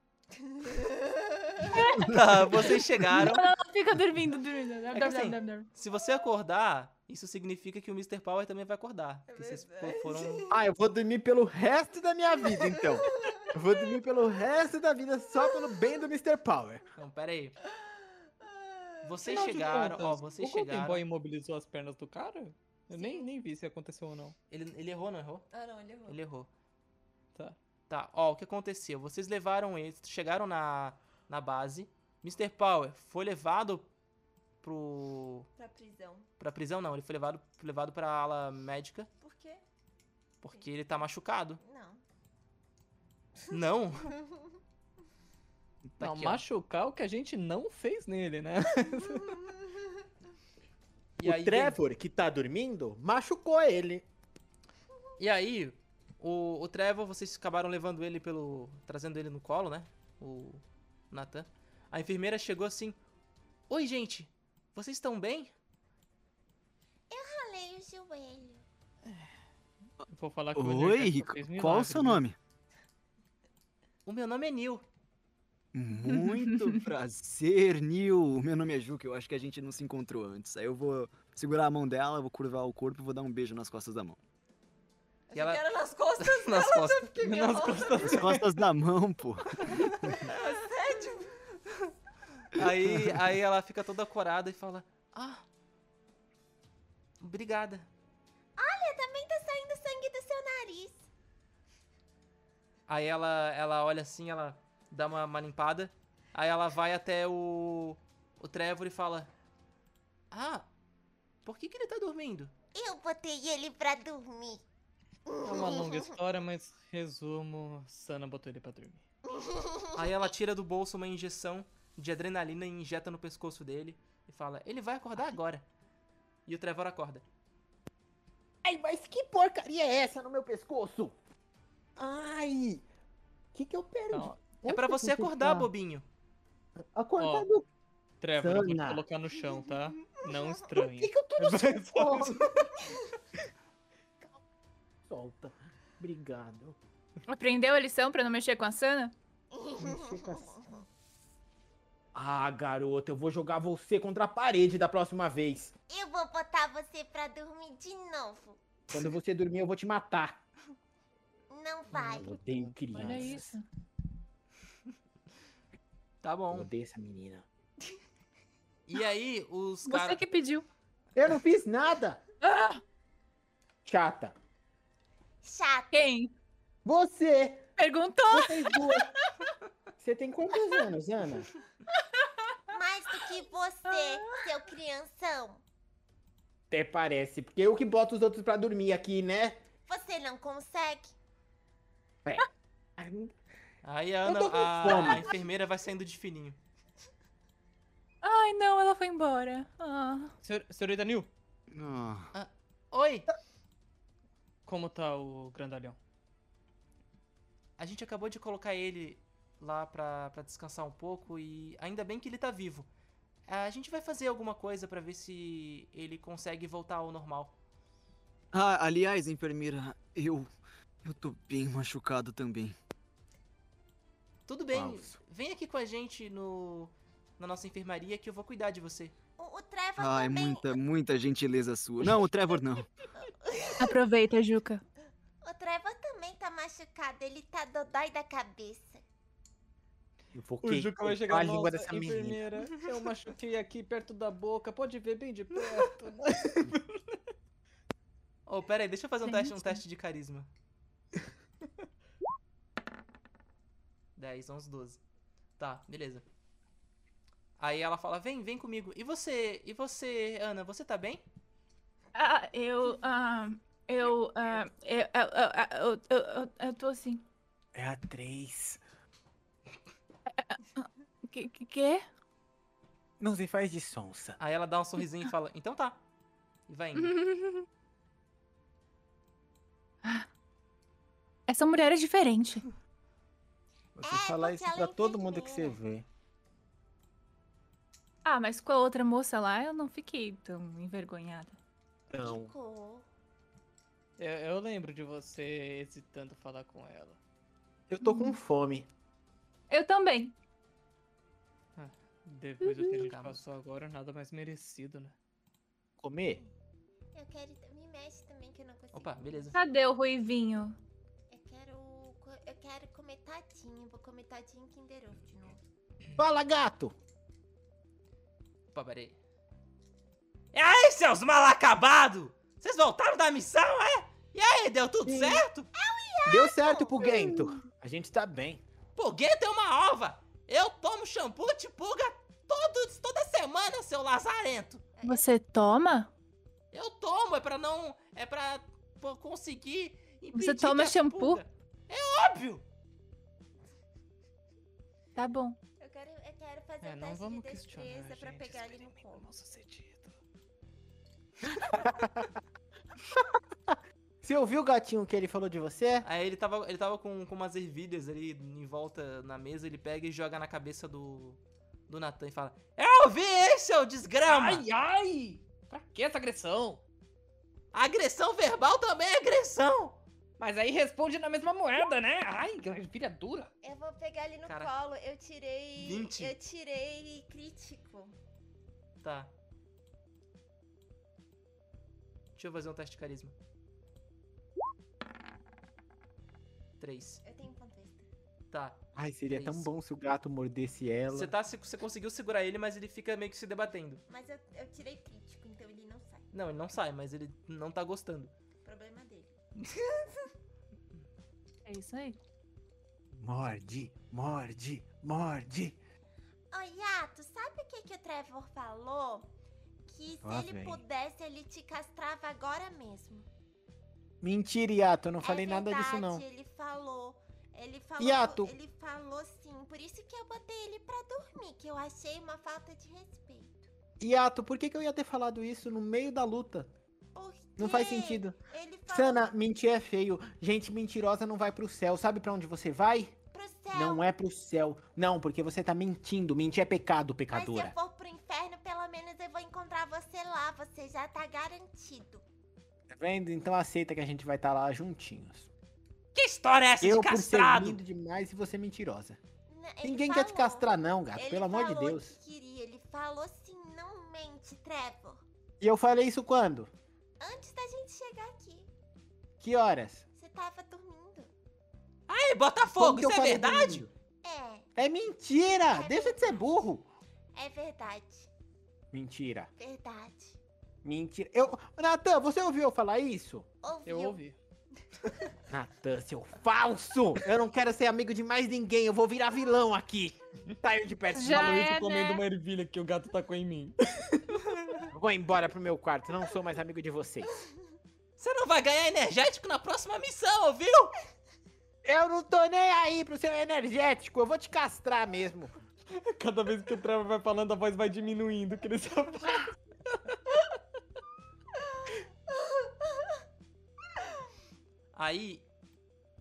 Tá, vocês chegaram.
Ela fica dormindo, dormindo.
que assim, Se você acordar, isso significa que o Mr. Power também vai acordar. Porque vocês fo-
É verdade.
foram.
Ah, eu vou dormir pelo resto da minha vida, então. Eu vou dormir pelo resto da vida só pelo bem do Mr. Power.
Não, pera aí. Vocês
Afinal de
chegaram, ó,
contas,
vocês
o é Golden
chegaram.
Boy imobilizou as pernas do cara? Eu nem, nem vi se aconteceu ou não.
Ele, ele errou, não errou?
Ah, não, ele errou.
Ele errou.
Tá.
Tá, ó, o que aconteceu? Vocês levaram ele, chegaram na, na base. Mr. Power foi levado pro.
Pra prisão.
pra prisão, não. Ele foi levado, levado pra ala médica.
Por quê?
Porque ele tá machucado.
Não.
Não? Tá
Não,
aqui, ó.
machucar o que a gente não fez nele, né?
E
o
aí,
Trevor, que tá dormindo, machucou ele.
E aí, o, o Trevor, vocês acabaram levando ele pelo. trazendo ele no colo, né? O Nathan. A enfermeira chegou assim: Oi, gente, vocês estão bem?
Ralei o joelho.
Vou falar que o Eder
Oi,
fez
Rico.
milagres,
Qual o seu
né?
nome?
O meu nome é Neil.
Muito prazer, Nil. Meu nome é Juca, eu acho que a gente não se encontrou antes. Aí eu vou segurar a mão dela, vou curvar o corpo e vou dar um beijo nas costas da mão.
E ela.
Era nas costas.
Nas costas.
Que
Nas
horror.
costas.
Nas costas da mão, pô.
Aí, aí ela fica toda corada e fala: Ah, obrigada.
Olha, também tá saindo sangue do seu nariz.
Aí ela, ela olha assim, ela dá uma, uma limpada. Aí ela vai até o, o Trevor e fala: Ah, por que, que ele tá dormindo?
Eu botei ele pra dormir.
É uma longa história, mas resumo, Sana botou ele pra dormir.
Aí ela tira do bolso uma injeção de adrenalina e injeta no pescoço dele e fala: Ele vai acordar agora. E o Trevor acorda.
Ai, mas que porcaria é essa no meu pescoço? Ai! Que que eu perdi?
Não.
É pra você acordar,
Bob.
bobinho.
Acordar
Ó,
do
Trevor, eu vou te
Sana.
colocar no chão, tá? Não
Por que
estranha.
que eu tô no
Vai,
seu
solta.
colo? Solta. Obrigado.
Aprendeu a lição pra não mexer com a Sana?
Mexer com a- assim. Ah, garota, eu vou jogar você contra a parede da próxima vez.
Eu vou botar você pra dormir de novo.
Quando você dormir, eu vou te matar.
Não vai.
Eu odeio criança.
Olha isso.
Tá
Eu
bom.
odeio essa menina.
E aí, os
Você
caras.
que pediu.
Eu não fiz nada! Chata.
Chato.
Quem?
Você!
Perguntou?
Vocês duas! Você tem quantos anos, Ana?
Mais do que você, seu crianção.
Até parece, porque eu que boto os outros pra dormir aqui, né?
Você não consegue.
Aí a, Ana,
tô com
a,
fome.
a enfermeira vai saindo de fininho.
Ai, não, ela foi embora. Ah.
Senhor, senhor Danil,
Ah,
Oi!
Tá.
como tá o grandalhão?
A gente acabou de colocar ele lá pra, pra descansar um pouco e ainda bem que ele tá vivo. A gente vai fazer alguma coisa pra ver se ele consegue voltar ao normal.
Ah, aliás, enfermeira, eu. Eu tô bem machucado também.
Tudo bem,
Falso.
vem aqui com a gente no na nossa enfermaria que eu vou cuidar de você.
O, o Trevor
Ah, é
também.
muita, muita gentileza sua. Não, o Trevor não.
Aproveita, Juca.
O Trevor também tá machucado. Ele tá dodói da cabeça.
Eu vou
O Juca vai chegar
a língua dessa menina.
enfermeira, eu machuquei aqui perto da boca, pode ver bem de perto.
Oh, pera aí, deixa eu fazer um teste, um
Gente.
teste de carisma. 10, 11, 12. Tá, beleza. Aí ela fala: "Vem, vem comigo. E você, e você, Ana, você tá bem?"
Ah, eu. Ah, eu, ah, eu, eu, eu, eu, eu- eu tô assim.
É a 3.
Que, que, que?
Não se faz de sonsa.
Aí ela dá um sorrisinho e fala: "Então tá." E vai indo.
Essa mulher é diferente.
Você
É,
falar
porque
isso
ela
pra
é
todo mundo que você
enfermeira.
vê.
Ah, mas com a outra moça lá eu não fiquei tão envergonhada.
Não.
Ficou.
Eu, eu lembro de você hesitando falar com ela.
Eu tô com fome.
Eu também.
Depois do que a gente
Calma.
passou agora, nada mais merecido, né?
Comer?
Eu quero. Me mexe também que eu não consigo.
Opa, beleza.
Cadê o Ruivinho?
Eu quero. co- Eu quero comer tadinho. Vou comer tadinho em Kinder Ovo de novo.
Fala, gato!
Opa, peraí. E aí, seus mal acabados? Vocês voltaram da missão, é? E aí, deu tudo
Sim.
certo?
Deu certo pro Gento. A gente tá bem.
Pulguei tem uma ova. Eu tomo shampoo de pulga todo, toda semana, seu lazarento.
Você toma?
Eu tomo, é pra não... É pra pô, conseguir
Você
impedir que
toma
a
shampoo?
pulga- É óbvio!
Tá bom.
Eu quero, eu quero fazer
É,
um
não
teste de
vamos questionar,
destreza pra
gente.
pegar ele no
experimento
colo.
mal sucedido.
Você ouviu o gatinho que ele falou de você?
Aí ele tava, ele tava com, com umas ervilhas ali em volta na mesa, ele pega e joga na cabeça do, do Natan e fala: Eu vi hein, seu desgrama!
Ai, ai! Pra que essa agressão?
Agressão verbal também é agressão!
Mas aí responde na mesma moeda, né? Ai, que filha dura.
Eu vou pegar ele no
Cara,
colo. Eu tirei.
20.
Eu tirei crítico.
Tá. Deixa eu fazer um teste de carisma. Três.
Eu tenho um ponto extra.
Tá.
Ai, seria
É
tão
isso.
bom se o gato mordesse ela.
Você tá, se- você conseguiu segurar ele, mas ele fica meio que se debatendo.
Mas eu, eu tirei crítico, então ele não sai.
Não, ele não sai, mas ele não tá gostando.
Problema dele.
É isso aí.
Morde, morde, morde.
Ô, Yato, sabe o que, que o Trevor falou? Que se
Lá
ele
vem.
pudesse, ele te castrava agora mesmo.
Mentira, Iato, eu não falei
é
nada disso não.
verdade, Ele falou. Ele falou.
Yato.
Ele falou sim. Por isso que eu botei ele pra dormir, que eu achei uma falta de respeito.
Iato, por que, que eu ia ter falado isso no meio da luta?
Porque
Não faz sentido.
Ele falou
Sana, mentir é feio. Gente mentirosa não vai pro céu. Sabe pra onde você vai?
pro céu.
Não é pro céu. Não, porque você tá mentindo. Mentir é pecado,
mas se eu
pecadora.
for pro inferno, pelo menos eu vou encontrar você lá. Você já tá garantido.
Tá vendo? Então aceita que a gente vai estar lá juntinhos.
Que história é essa
Eu
de
por ser
castrado?
lindo demais e você mentirosa.
N- ele
Ninguém quer te
falou.
castrar não, gato.
Ele
pelo amor de
falou
Deus.
Que queria. Ele falou sim, não mente, Trevor.
E eu falei isso quando?
Antes da gente chegar aqui,
Que horas?
você tava dormindo.
Ei,
Como
Botafogo,
que eu
isso é
falei
verdade?
domingo?
É,
É mentira! Deixa de ser burro!
é verdade.
Mentira.
Verdade.
Mentira. Eu. Natan, você ouviu eu falar isso?
Eu
Ouviu?
ouvi.
Natan, seu falso! Eu não quero ser amigo de mais ninguém, eu vou virar vilão aqui! Saiu de perto desse
Já
maluco.
é, né?
uma ervilha que o gato tacou em mim.
Vou embora pro meu quarto, não sou mais amigo de vocês.
Você não vai ganhar energético na próxima missão, viu?
Eu não tô nem aí pro seu energético, eu vou te castrar mesmo.
Cada vez que o Trevor vai falando, a voz vai diminuindo. Que ele só fala.
Aí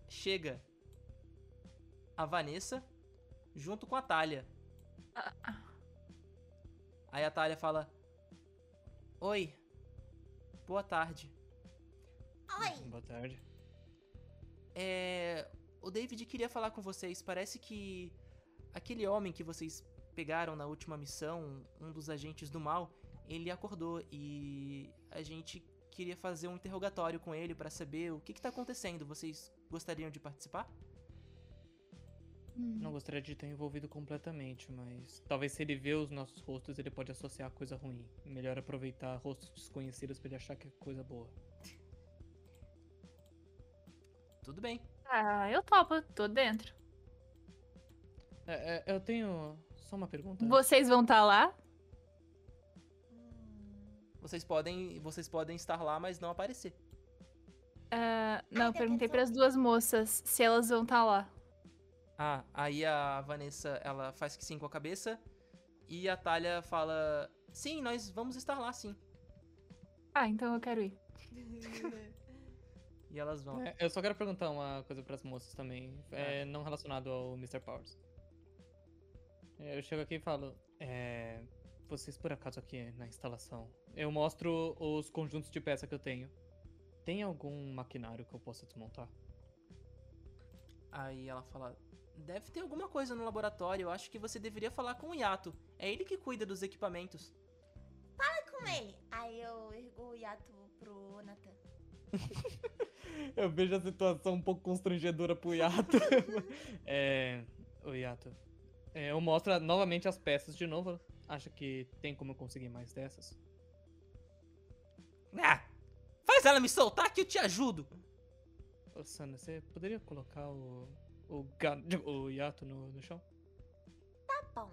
chega a Vanessa junto com a Thalia. Aí a Thalia fala: Oi, boa tarde.
Oi,
Boa tarde.
É. O David queria falar com vocês. Parece que aquele homem que vocês pegaram na última missão, um dos agentes do mal, ele acordou e a gente queria fazer um interrogatório com ele pra saber o que, que tá acontecendo. Vocês gostariam de participar?
Não gostaria de ter envolvido completamente, mas talvez se ele vê os nossos rostos, ele pode associar a coisa ruim. Melhor aproveitar rostos desconhecidos pra ele achar que é coisa boa.
Tudo bem.
Ah, eu topo, tô dentro.
É, é, eu tenho só uma pergunta.
Vocês vão estar lá?
Vocês podem, vocês podem estar lá, mas não aparecer.
Ah, não, eu
eu quero
perguntei
saber.
para as duas moças se elas vão estar lá.
Ah, aí a Vanessa, ela faz que sim com a cabeça. E a Talia fala: Sim, nós vamos estar lá sim.
Ah, então eu quero ir.
E elas vão.
É, eu só quero perguntar uma coisa pras moças também, é, não relacionado ao Mr. Powers. É, Eu chego aqui e falo, é, vocês por acaso aqui na instalação, eu mostro os conjuntos de peça que eu tenho. Tem algum maquinário que eu possa desmontar?
Aí ela fala: Deve ter alguma coisa no laboratório. Eu acho que você deveria falar com o Yato. É ele que cuida dos equipamentos.
com ele. Aí eu ergo o Yato pro Natan.
Eu vejo a situação um pouco constrangedora pro Yato. é, o Yato, é, eu mostro novamente as peças de novo. Acha que tem como eu conseguir mais dessas?
Ah, faz ela me soltar que eu te ajudo.
Ô, Sana, você poderia colocar o. o, ga- o hiato no, no chão?
Bom,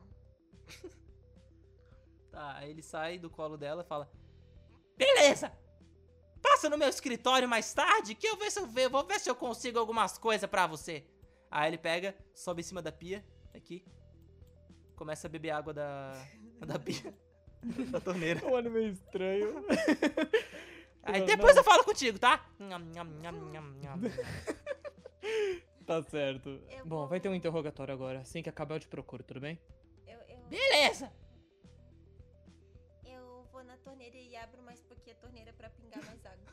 Tá, aí ele sai do colo dela e fala: Beleza! Passa passa no meu escritório mais tarde que eu, ver se eu, ve- vou ver se eu consigo algumas coisas pra você. Aí ele pega, sobe em cima da pia, aqui, começa a beber água da, da pia, da torneira.
Um olho meio estranho.
Aí
Não,
depois
não.
eu falo contigo, tá? Nham, nham, nham, nham, nham.
Tá certo.
Eu
Bom,
vou-
vai ter um interrogatório agora. Assim que acabar eu te procuro, tudo bem?
Eu, eu,
Beleza!
eu vou na torneira e abro mais um pouquinho a torneira pra pingar mais água.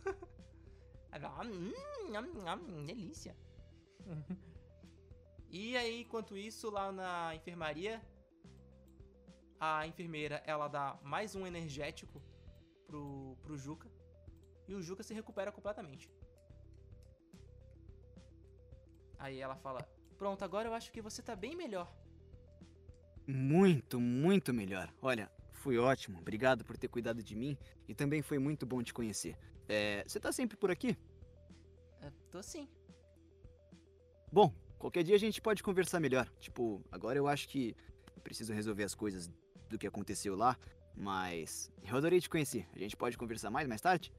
Aí ela, "Ah, hum, nham, nham, delícia. e aí, enquanto isso, lá na enfermaria, a enfermeira ela dá mais um energético pro, pro Juca. E o Juca se recupera completamente. Aí ela fala: Pronto, agora eu acho que você tá bem melhor.
Muito, muito melhor. Olha, foi ótimo. Obrigado por ter cuidado de mim e também foi muito bom te conhecer. É, você tá sempre por aqui?
"Eu tô sim.
Bom, qualquer dia a gente pode conversar melhor. Tipo, agora eu acho que eu preciso resolver as coisas do que aconteceu lá, mas eu adorei te conhecer. A gente pode conversar mais mais tarde?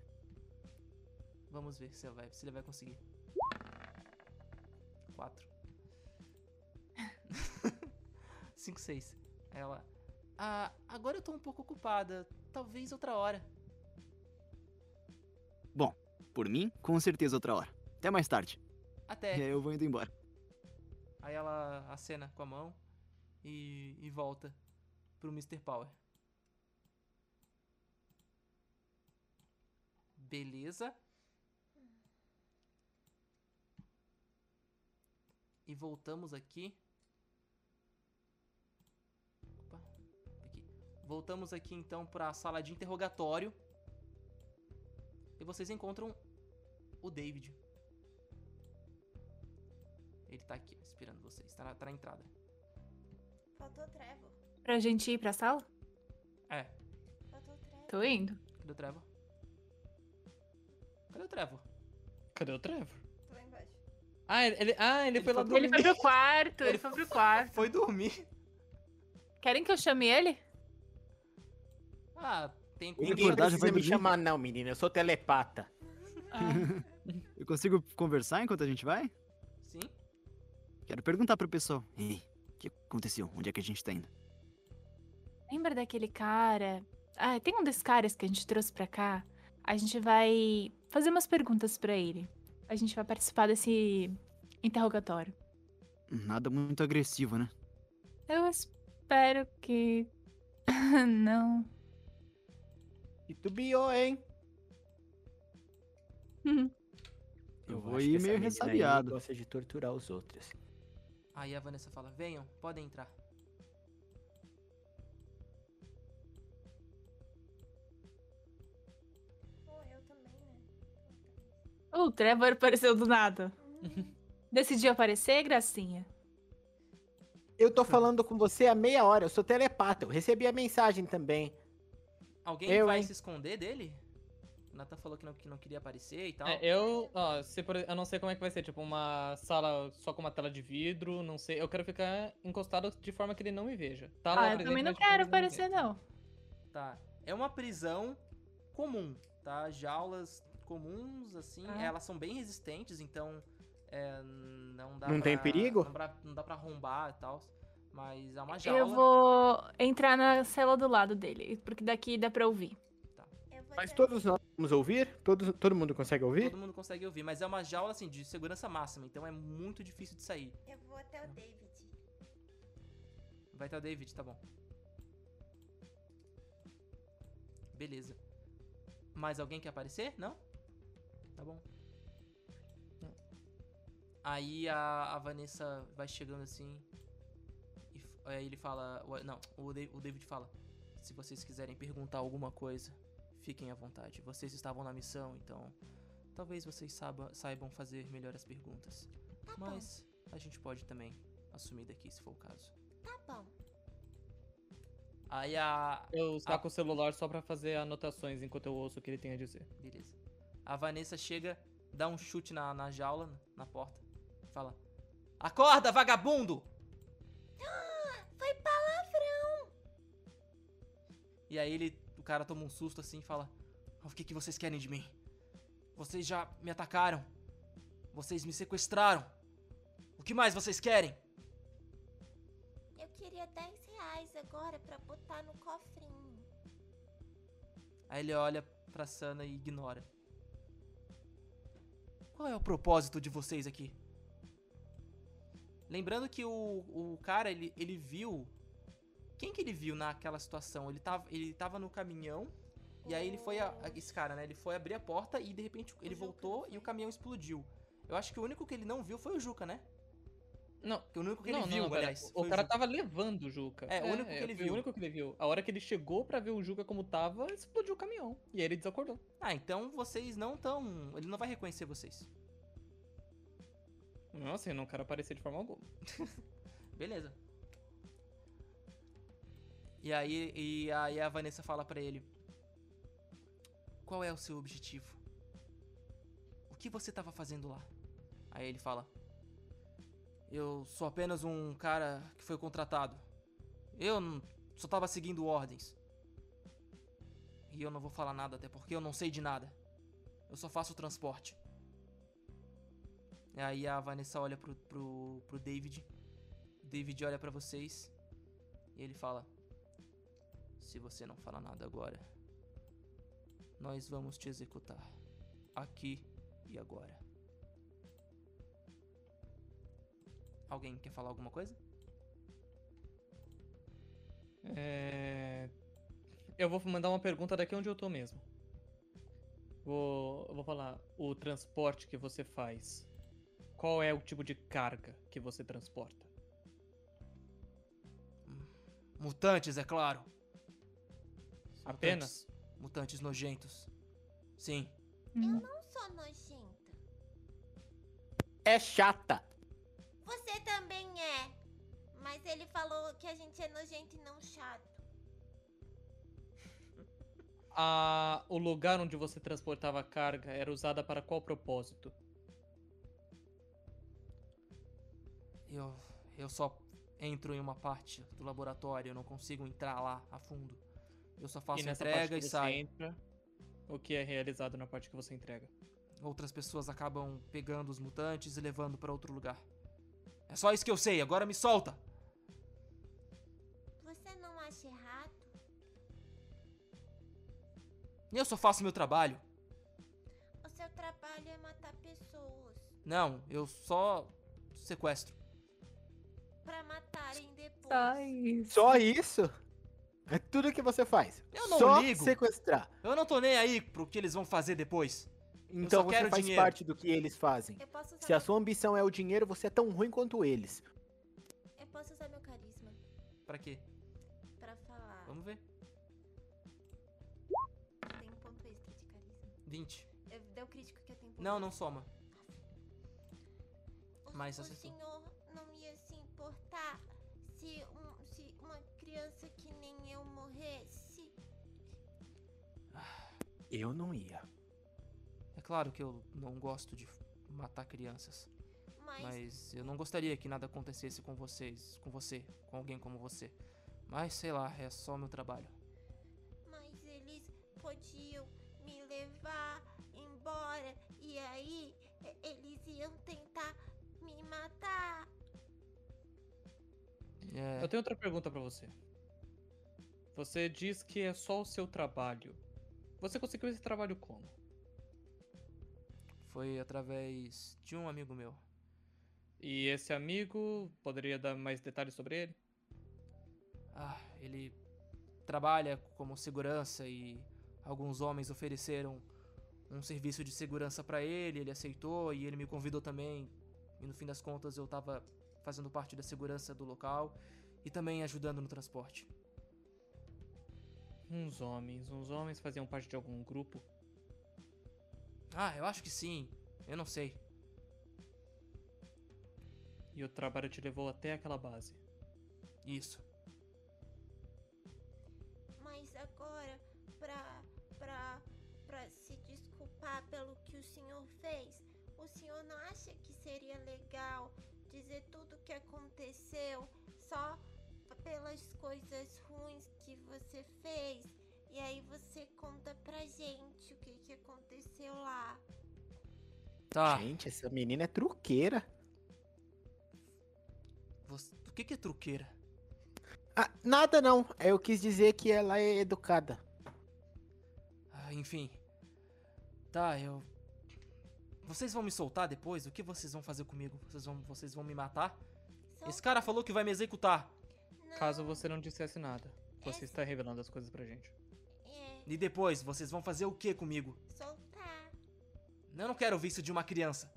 Vamos ver se, ela vai, se ele vai conseguir. Quatro. Cinco, seis. Aí Ela. Ah, agora eu tô um pouco ocupada. Talvez outra hora.
Por mim, com certeza outra hora. Até mais tarde.
Até.
E aí eu vou indo embora.
Aí ela acena com a mão e, e volta pro Mr. Power. Beleza. E voltamos aqui. Opa, aqui. Voltamos aqui então pra sala de interrogatório. E vocês encontram o David. Ele tá aqui, ó, esperando vocês. Tá na, tá na entrada.
Faltou trevo.
Pra gente ir pra sala?
É.
Faltou trevo.
Tô indo.
Cadê o Trevor? Cadê o Trevor?
Cadê o Trevor?
Tô lá embaixo.
Ah, ele, ele- ah, ele,
Ele
foi lá
foi-
do
Ele foi pro quarto, ele
Ele
foi pro quarto.
Foi dormir.
Querem que eu chame ele?
Ah, tem
Ele
ninguém.
acordar já vai
precisa me
dormir?
chamar não, menina. Eu sou telepata.
Ah.
Ah.
Eu consigo conversar enquanto a gente vai?
Sim?
Quero perguntar pro pessoal. Ei, o que aconteceu? Onde é que a gente tá indo?
Lembra daquele cara? Ah, tem um desses caras que a gente trouxe pra cá. A gente vai fazer umas perguntas pra ele. A gente vai participar desse interrogatório.
Nada muito agressivo, né?
Eu espero que. Não.
E tu biou, hein?
Eu vou
acho que essa
ir meio
menina aí
ressabiado.
gosta de torturar os outros.
Aí a Vanessa fala: venham, podem entrar.
Pô, eu também, né?
O Trevor apareceu do nada. Decidiu aparecer, gracinha.
Eu tô falando com você há meia hora. Eu sou telepata. Eu recebi a mensagem também.
Alguém
Eu,
vai
hein?
se esconder dele? O Nathan falou que não, que não queria aparecer e tal.
É, eu, ó, se por- eu não sei como é que vai ser, tipo, uma sala só com uma tela de vidro, não sei. Eu quero ficar encostado de forma que ele não me veja. Tá lá
Ah, eu
presente,
também não
mas de forma
quero
que ele me
aparecer,
veja.
não.
Tá. É uma prisão comum, tá? Jaulas comuns, assim.
Ah.
Elas são bem resistentes, então. é, não dá
Não
pra,
tem perigo?
Não, dá- não dá pra arrombar e tal. Mas é uma jaula.
Eu vou entrar na cela do lado dele, porque daqui dá pra ouvir.
Eu vou
Mas
tentar-
todos nós vamos ouvir? Todos, todo mundo consegue ouvir?
Todo mundo consegue ouvir, mas é uma jaula assim de segurança máxima, então é muito difícil de sair.
Eu vou até o David.
Vai até o David, tá bom. Beleza. Mais alguém quer aparecer? Não? Tá bom. Aí a, a Vanessa vai chegando assim. E f- aí ele fala. o- Não, o Da- o David fala. Se vocês quiserem perguntar alguma coisa, fiquem à vontade. Vocês estavam na missão, então. Talvez vocês saiba, saibam fazer melhor as perguntas.
Tá bom,
Mas a gente pode também assumir daqui, se for o caso.
tá bom.
Aí a.
Eu
Ah.
saco o celular só pra fazer anotações enquanto eu ouço o que ele tem a dizer.
Beleza. A Vanessa chega, dá um chute na, na jaula, na porta. Fala: Acorda, vagabundo!
Ah, Foi palavrão!
E aí ele, o cara toma um susto assim e fala: O que, que vocês querem de mim? Vocês já me atacaram. Vocês me sequestraram. O que mais vocês querem?
Eu queria 10 reais agora pra botar no cofrinho.
Aí ele olha pra Sana e ignora. Qual é o propósito de vocês aqui? Lembrando que o, o cara, ele, ele viu. Quem que ele viu naquela situação? Ele tava, ele tava no caminhão. E aí ele foi. a- a- esse cara, né? Ele foi abrir a porta e de repente ele voltou e o caminhão explodiu. Eu acho que o único que ele não viu foi o Juca, né?
Não.
Que o único que
não,
ele
não,
viu,
não, pera.
aliás.
O
foi
cara
Juca.
tava levando o Juca.
É, o único que ele
foi
viu.
O único que ele viu. A hora que ele chegou pra ver o Juca como tava, explodiu o caminhão. E aí ele desacordou.
Ah, então vocês não tão. Ele não vai reconhecer vocês.
Não, assim, eu não quero aparecer de forma alguma.
Beleza. E aí, e aí a Vanessa fala pra ele: Qual é o seu objetivo? O que você tava fazendo lá? Aí ele fala: Eu sou apenas um cara que foi contratado. Eu n- só tava seguindo ordens. E eu não vou falar nada, até porque eu não sei de nada. Eu só faço transporte. E aí a Vanessa olha pro, pro, pro David. O David olha pra vocês e ele fala: Se você não falar nada agora, nós vamos te executar aqui e agora. Alguém quer falar alguma coisa?
É... Eu vou mandar uma pergunta daqui onde eu tô mesmo. Vou, eu vou falar. O transporte que você faz, qual é o tipo de carga que você transporta?
Mutantes, é claro.
Apenas?
Mutantes, mutantes nojentos. Sim.
Eu não sou nojenta.
É chata.
Você também é. Mas ele falou que a gente é nojento e não chato.
A, o lugar onde você transportava a carga era usada para qual propósito?
Eu, eu só entro em uma parte do laboratório, eu não consigo entrar lá a fundo. Eu só faço
e nessa
entrega
parte
e
que você
saio.
entra, o que é realizado na parte que você entrega?
Outras pessoas acabam pegando os mutantes e levando pra outro lugar. É só isso que eu sei, agora me solta!
Você não acha errado?
Eu só faço meu trabalho.
O seu trabalho é matar pessoas.
Não, eu só sequestro.
Pra matarem depois.
Só isso? É tudo que você faz.
Eu não
Só
ligo.
sequestrar.
Eu não tô nem aí pro que eles vão fazer depois.
Então
só
você
quero
faz
dinheiro.
parte do que eles fazem.
Eu posso usar
Se a sua ambição é o dinheiro, você é tão ruim quanto eles.
Eu posso usar meu carisma
Pra quê?
pra falar.
Vamos ver.
Tem um ponto extra de carisma.
20.
Eu, deu crítico que eu
um
tenho ponto
Não,
extra.
não soma.
O,
mas
o
acertou.
senhor não ia se importar Tá, se, um- se uma criança que nem eu morresse?
Eu não ia.
É claro que eu não gosto de matar crianças.
Mas,
Mas eu não gostaria que nada acontecesse com vocês, com você, com alguém como você. Mas sei lá, é só meu trabalho.
mas eles podiam me levar embora e aí e- eles iam tentar me matar.
É.
Eu tenho outra pergunta pra você. Você diz que é só o seu trabalho. Você conseguiu esse trabalho como?
Foi através de um amigo meu.
E esse amigo, poderia dar mais detalhes sobre ele?
Ah, ele trabalha como segurança e alguns homens ofereceram um serviço de segurança pra ele, ele aceitou e ele me convidou também. E no fim das contas eu tava fazendo parte da segurança do local e também ajudando no transporte.
Uns homens, uns homens faziam parte de algum grupo.
Ah, eu acho que sim. Eu não sei.
E o trabalho te levou até aquela base.
Isso.
Mas agora, pra, pra, pra se desculpar pelo que o senhor fez, o senhor não acha que seria legal dizer tudo o que aconteceu só p- pelas coisas ruins que você fez? E aí você conta pra gente o que, que aconteceu lá.
Tá.
Gente, essa menina é truqueira.
Você- O que, que é truqueira?
Ah, nada não. Eu quis dizer que ela é educada.
Ah, enfim. Tá, eu. Vocês vão me soltar depois? O que vocês vão fazer comigo? Vocês vão, vocês vão me matar?
Então
Esse cara falou que vai me executar.
Caso você não dissesse nada, você está revelando as coisas pra gente.
E depois, vocês vão fazer o que comigo?
é, Soltar.
Eu não quero ouvir isso de uma criança.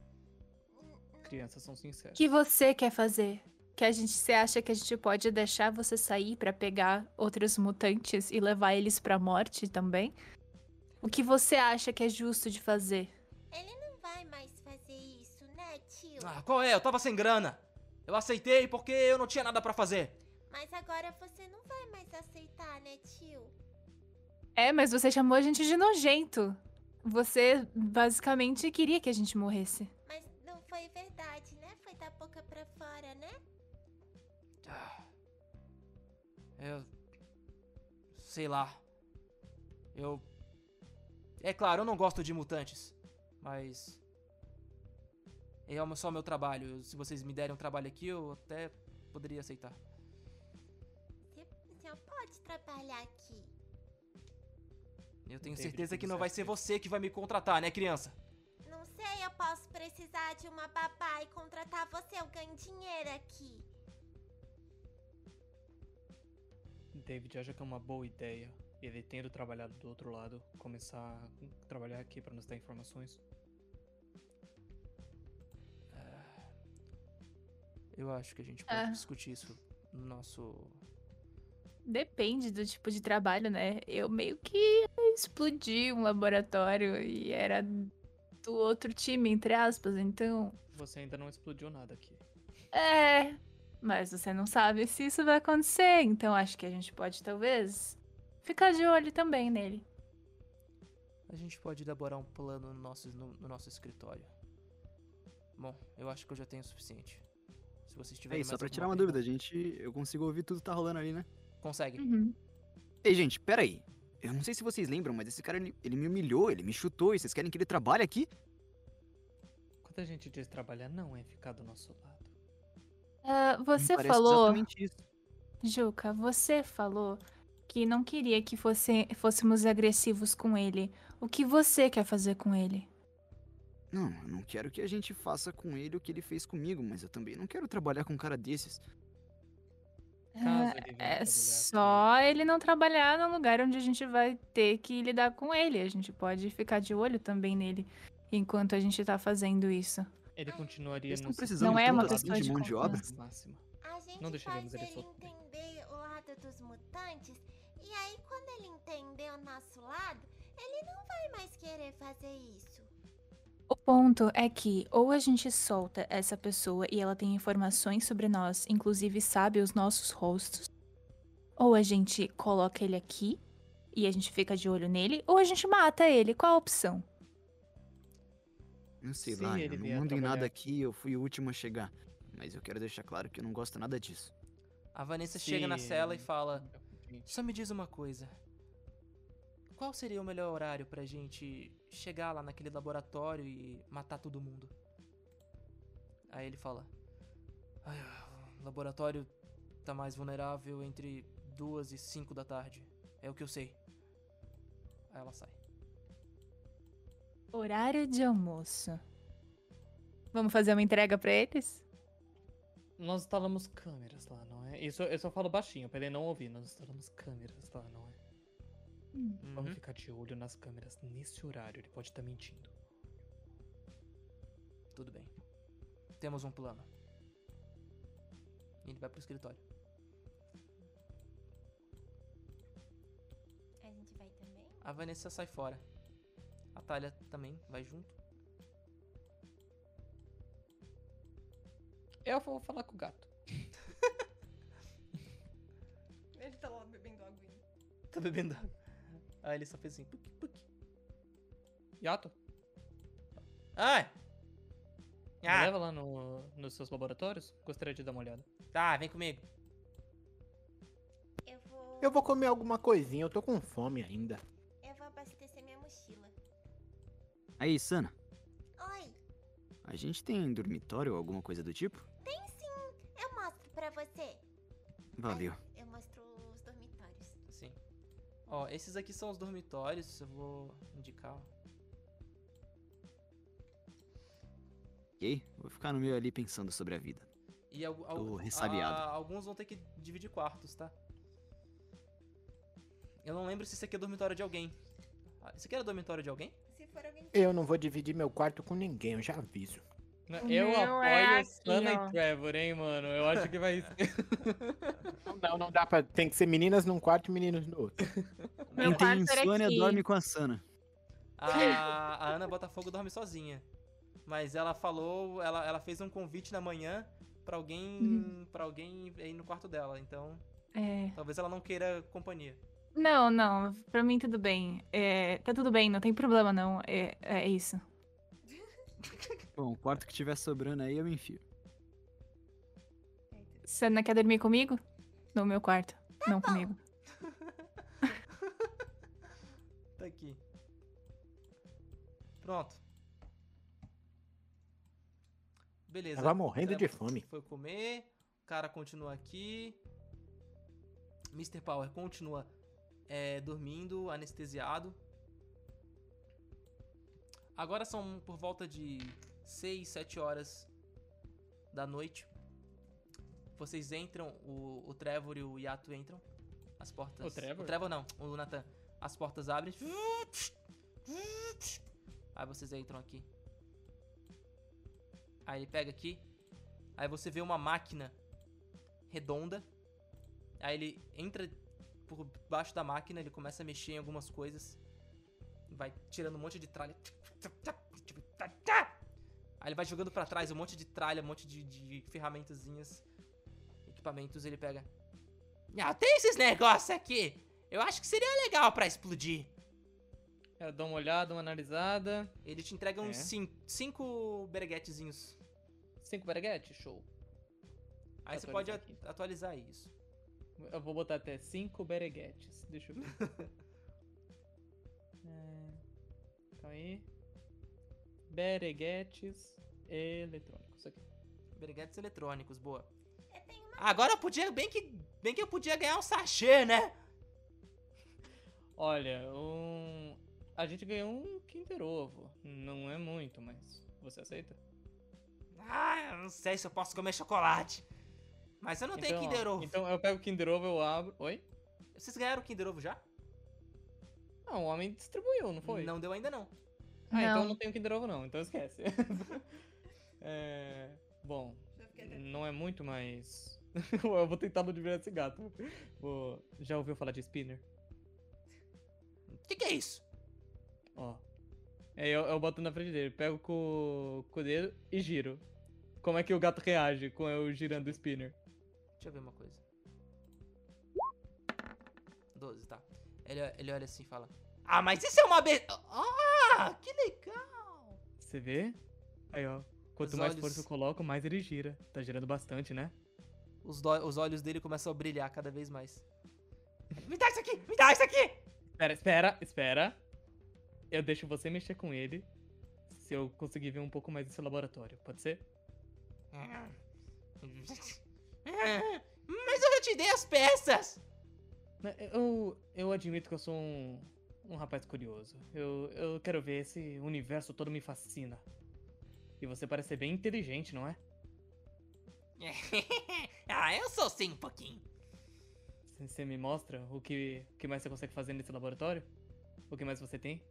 Crianças são sinceras.
O que você quer fazer? Que a gente você acha que a gente pode deixar você sair pra pegar outros mutantes e levar eles pra morte também? O que você acha que é justo de fazer?
Ele não vai mais fazer isso, né, tio?
Ah, qual é? Eu tava sem grana. Eu aceitei porque eu não tinha nada pra fazer.
Mas agora você não vai mais aceitar, né, tio?
É, mas você chamou a gente de nojento. Você basicamente queria que a gente morresse.
Mas não foi verdade, né? Foi da boca pra fora, né?
Eu. Sei lá. Eu. É claro, eu não gosto de mutantes. Mas. É o meu- só o meu trabalho. Eu- se vocês me derem um trabalho aqui, eu até poderia aceitar.
Você, você não Assim, pode trabalhar aqui.
Eu tenho
Entendi,
certeza
tudo
que não vai ser
certinho.
você que vai me contratar, né, criança?
Não sei, eu posso precisar de uma babá e contratar você. Eu ganho dinheiro aqui.
David acha que é uma boa ideia, ele tendo trabalhado do outro lado, começar a trabalhar aqui pra nos dar informações?
Eu acho que a gente
pode É.
discutir isso no nosso.
Depende do tipo de trabalho, né? Eu meio que explodi um laboratório e era do outro time, entre aspas, então.
Você ainda não explodiu nada aqui.
É, mas você não sabe se isso vai acontecer, então acho que a gente pode talvez ficar de olho também nele.
A gente pode elaborar um plano no nosso, no, no nosso escritório. Bom, eu acho que eu já tenho o suficiente. Se vocês tiverem
É isso, só
mais
pra
alguma
tirar uma
pergunta-
dúvida, gente, eu consigo ouvir tudo que tá rolando ali, né?
Consegue.
Ei, gente, pera aí. Eu não sei se vocês lembram, mas esse cara, ele, ele me humilhou, ele me chutou, e vocês querem que ele trabalhe aqui?
Quando a gente diz trabalhar, não é ficar do nosso lado.
Ah, você
Parece
falou,
exatamente isso.
Juca, você falou que não queria que fosse, fôssemos agressivos com ele. O que você quer fazer com ele?
Não, eu não quero que a gente faça com ele o que ele fez comigo, mas eu também não quero trabalhar com um cara desses.
Ah,
Caso ele venha trabalhar
É
aqui,
só ele não trabalhar num lugar onde a gente vai ter que lidar com ele. A gente pode ficar de olho também nele enquanto a gente tá fazendo isso.
Ele continuaria
Eles
no
estão
seu
precisando
Não
de
é uma
tanto assim
questão
de
de
mão de obra.
confiança.
máximo.
A gente
Não
faz
deixaremos ele
ele
solto.
entender o lado dos mutantes. E aí, quando ele entender o nosso lado, ele não vai mais querer fazer isso.
O ponto é que ou a gente solta essa pessoa e ela tem informações sobre nós, inclusive sabe os nossos rostos, ou a gente coloca ele aqui e a gente fica de olho nele, ou a gente mata ele. Qual a opção?
Não sei
Se
lá,
ele
eu não
vier
mando em
trabalhar
nada
aqui.
aqui, eu fui o último a chegar. Mas eu quero deixar claro que eu não gosto nada disso.
A Vanessa chega na
Se-
cela e fala:
Gente,
Só me diz uma coisa. Qual seria o melhor horário pra gente chegar lá naquele laboratório e matar todo mundo? Aí ele fala: "Ai, O laboratório tá mais vulnerável entre duas e 5 da tarde. É o que eu sei. Aí ela sai.
Horário de almoço. Vamos fazer uma entrega pra eles?
Nós instalamos câmeras lá, não é? Isso eu só falo baixinho, pra ele não ouvir. Nós instalamos câmeras lá, não é? Vamos
Uhum.
ficar de olho nas câmeras nesse horário, ele pode estar mentindo.
Tudo bem. Temos um plano. E ele vai pro escritório.
A gente vai também?
A Vanessa sai fora. A Talia também vai junto.
Eu vou falar com o gato.
Ele tá lá bebendo aguinha.
Tá bebendo água. Aí ele só fez assim, puc, puc.
Gato,
Ai!
me
Ah,
leva lá no, nos seus laboratórios? Gostaria de dar uma olhada.
tá, vem comigo.
Eu vou.
Eu vou comer alguma coisinha, eu tô com fome ainda.
Eu vou abastecer minha mochila.
Aí, Sana,
Oi!
A gente tem dormitório ou alguma coisa do tipo?
Tem sim! Eu mostro pra você!
Valeu.
Eu mostro os dormitórios.
Sim. Ó, esses aqui são os dormitórios, eu vou indicar. ó.
Ok? Vou ficar no meio ali pensando sobre a vida.
E al- al-
Tô ressabiado.
a- alguns vão ter que dividir quartos, tá? Eu não lembro se isso aqui é dormitório de alguém. Ah, Isso aqui era dormitório de alguém?
Se for alguém
Eu não vou dividir meu quarto com ninguém, eu já aviso.
Não,
O
Eu
meu
apoio
é assim,
Sana
ó.
e Trevor, hein, mano. Eu acho que vai ser.
Não, não, não dá pra. Tem que ser meninas num quarto e meninos no outro.
Meu
Quem tem
quarto era
insônia
aqui.
dorme com a Sana.
A, a Ana Botafogo dorme sozinha. Mas ela falou, ela, ela fez um convite na manhã pra alguém, para alguém ir no quarto dela, então
É.
talvez ela não queira companhia.
Não, não, pra mim tudo bem. É, tá tudo bem, não tem problema não. É, é isso.
Bom, o quarto que tiver sobrando aí eu me enfio.
Você não quer dormir comigo? No meu quarto. não comigo.
Tá aqui. Pronto. Beleza.
Tava morrendo de
Trevor
fome.
Foi comer. O cara continua aqui. Mr. Power continua é, dormindo, anestesiado. Agora são por volta de 6, 7 horas da noite. Vocês entram, o, o Trevor e o Yato entram. As portas.
O Trevor?
O Trevor não, o Nathan. As portas abrem. Aí vocês entram aqui. Aí ele pega aqui. Aí você vê uma máquina redonda. Aí ele entra por baixo da máquina, ele começa a mexer em algumas coisas. Vai tirando um monte de tralha. Aí ele vai jogando pra trás um monte de tralha, um monte de, de ferramentazinhas, equipamentos. Ele pega. Não, tem esses negócios aqui! Eu acho que seria legal pra explodir.
Eu dou uma olhada, uma analisada.
Ele te entrega uns
É.
cin- cinco bereguetezinhos.
Cinco Bereguete? Show.
Aí você
Atualizar
pode
aqui.
a- atualizar isso.
Eu vou botar até cinco Bereguetes. Deixa eu ver. É, Calma aí. Bereguetes eletrônicos. Aqui.
Bereguetes eletrônicos, boa. Agora eu podia, bem que, bem que eu podia ganhar um sachê, né?
Olha, um... a gente ganhou um Kinder Ovo. Não é muito, mas você aceita?
Ah, eu não sei se eu posso comer chocolate. Mas eu não tenho
Então, ó,
Kinder Ovo.
Então eu pego o Kinder Ovo, eu abro. Oi?
Vocês ganharam o Kinder Ovo já?
Não, o Ah, um homem distribuiu, não foi?
Não deu ainda não.
Ah, então
Não.
eu não tenho Kinder Ovo não, então esquece. é... Bom, não é muito, mas... eu vou tentar não liberar esse gato. Vou- Já ouviu falar de spinner?
O que, que é isso?
Ó. É, eu, eu boto na frente dele, pego com, o- com o dedo e giro. Como é que o gato reage com eu girando o spinner?
Deixa eu ver uma coisa. 12, tá. Ele, ele olha assim e fala: Ah, mas isso é uma be. Ah, que legal!
Você vê? Aí, ó. Quanto
Os
mais
olhos-
força eu coloco, mais ele gira. Tá girando bastante, né?
Os, dó- os olhos dele começam a brilhar cada vez mais. Me dá isso aqui! Me dá isso aqui!
Espera, espera, espera. Eu deixo você mexer com ele. Se eu conseguir ver um pouco mais do seu laboratório, pode ser?
Mas eu já te dei as peças!
Né, Eu, eu admito que eu sou um, um rapaz curioso. Eu, eu quero ver, esse universo todo me fascina. E você parece ser bem inteligente, não é?
ah, eu sou sim um pouquinho.
Você- Você me mostra o que, o que mais você consegue fazer nesse laboratório? O que mais você tem?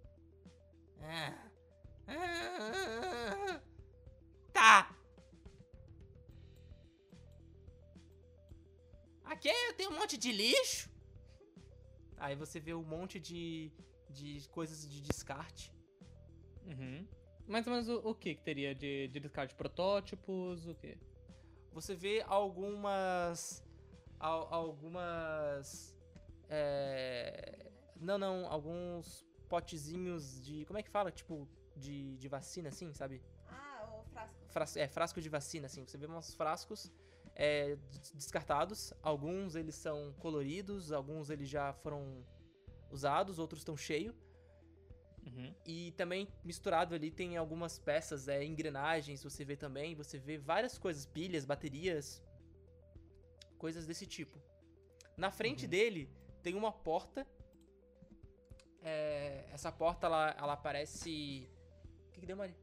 Ah. Ah. Tá. Aqui eu tenho um monte de lixo. Aí você vê um monte de, de coisas de descarte.
Uhum. Mais ou menos o, o que que teria de, de descarte? Protótipos, o quê?
Você vê algumas. al- algumas. É, não, não, alguns potezinhos de. Como é que fala? Tipo, de, de vacina, assim, sabe?
Ah, o frasco.
fras- é, frasco de vacina, assim. Você vê uns frascos é, des- descartados. Alguns eles são coloridos, alguns eles já foram usados, outros estão cheios.
Uhum.
E também misturado ali tem algumas peças, é, engrenagens, você vê também, você vê várias coisas, pilhas, baterias, coisas desse tipo. Na frente dele tem uma porta. É, essa porta ela, ela parece. O que, que deu, Mari?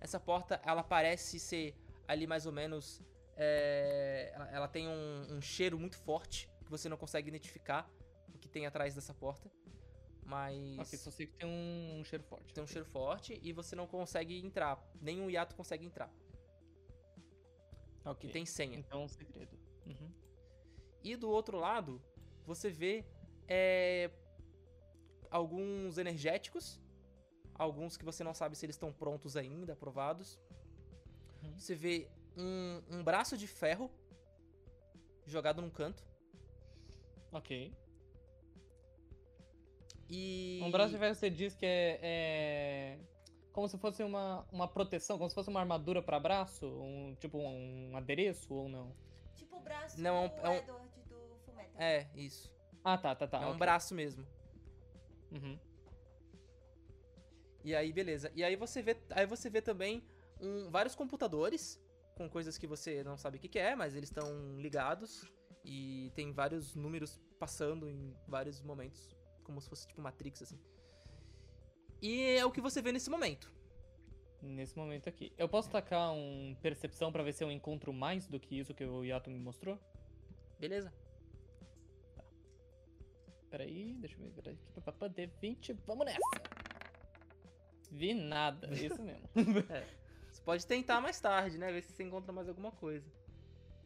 Essa porta ela parece ser ali mais ou menos. é, ela, ela tem um, um cheiro muito forte que você não consegue identificar o que tem atrás dessa porta. Mas.
Ok, só sei que tem um, um cheiro forte.
Tem um cheiro forte e você não consegue entrar. Nenhum hiato consegue entrar.
Ok.
E tem senha.
Então, um segredo. Uhum.
E do outro lado, você vê é, alguns energéticos. Alguns que você não sabe se eles estão prontos ainda, aprovados.
Uhum.
Você vê um, um braço de ferro jogado num canto.
Ok.
E.
Um braço de ferro você diz que é, é como se fosse uma, uma proteção, como se fosse uma armadura pra braço, um tipo um adereço ou não?
Tipo o braço
Não, é um-
do
é um-
Edward do Fullmetal.
É, isso.
Ah, tá, tá, tá.
é um
ok.
braço mesmo.
Uhum.
E aí, beleza. E aí você vê, aí você vê também um- vários computadores com coisas que você não sabe o que, que é, mas eles estão ligados e tem vários números passando em vários momentos, como se fosse tipo Matrix assim. E é o que você vê nesse momento.
Nesse momento aqui. Eu posso tacar um percepção pra ver se eu encontro mais do que isso que o Yato me mostrou?
Beleza?
Peraí, deixa eu ver aqui. Papapá, D20, vamos nessa! Vi nada, é isso mesmo.
Você pode tentar mais tarde, né? Ver se você encontra mais alguma coisa.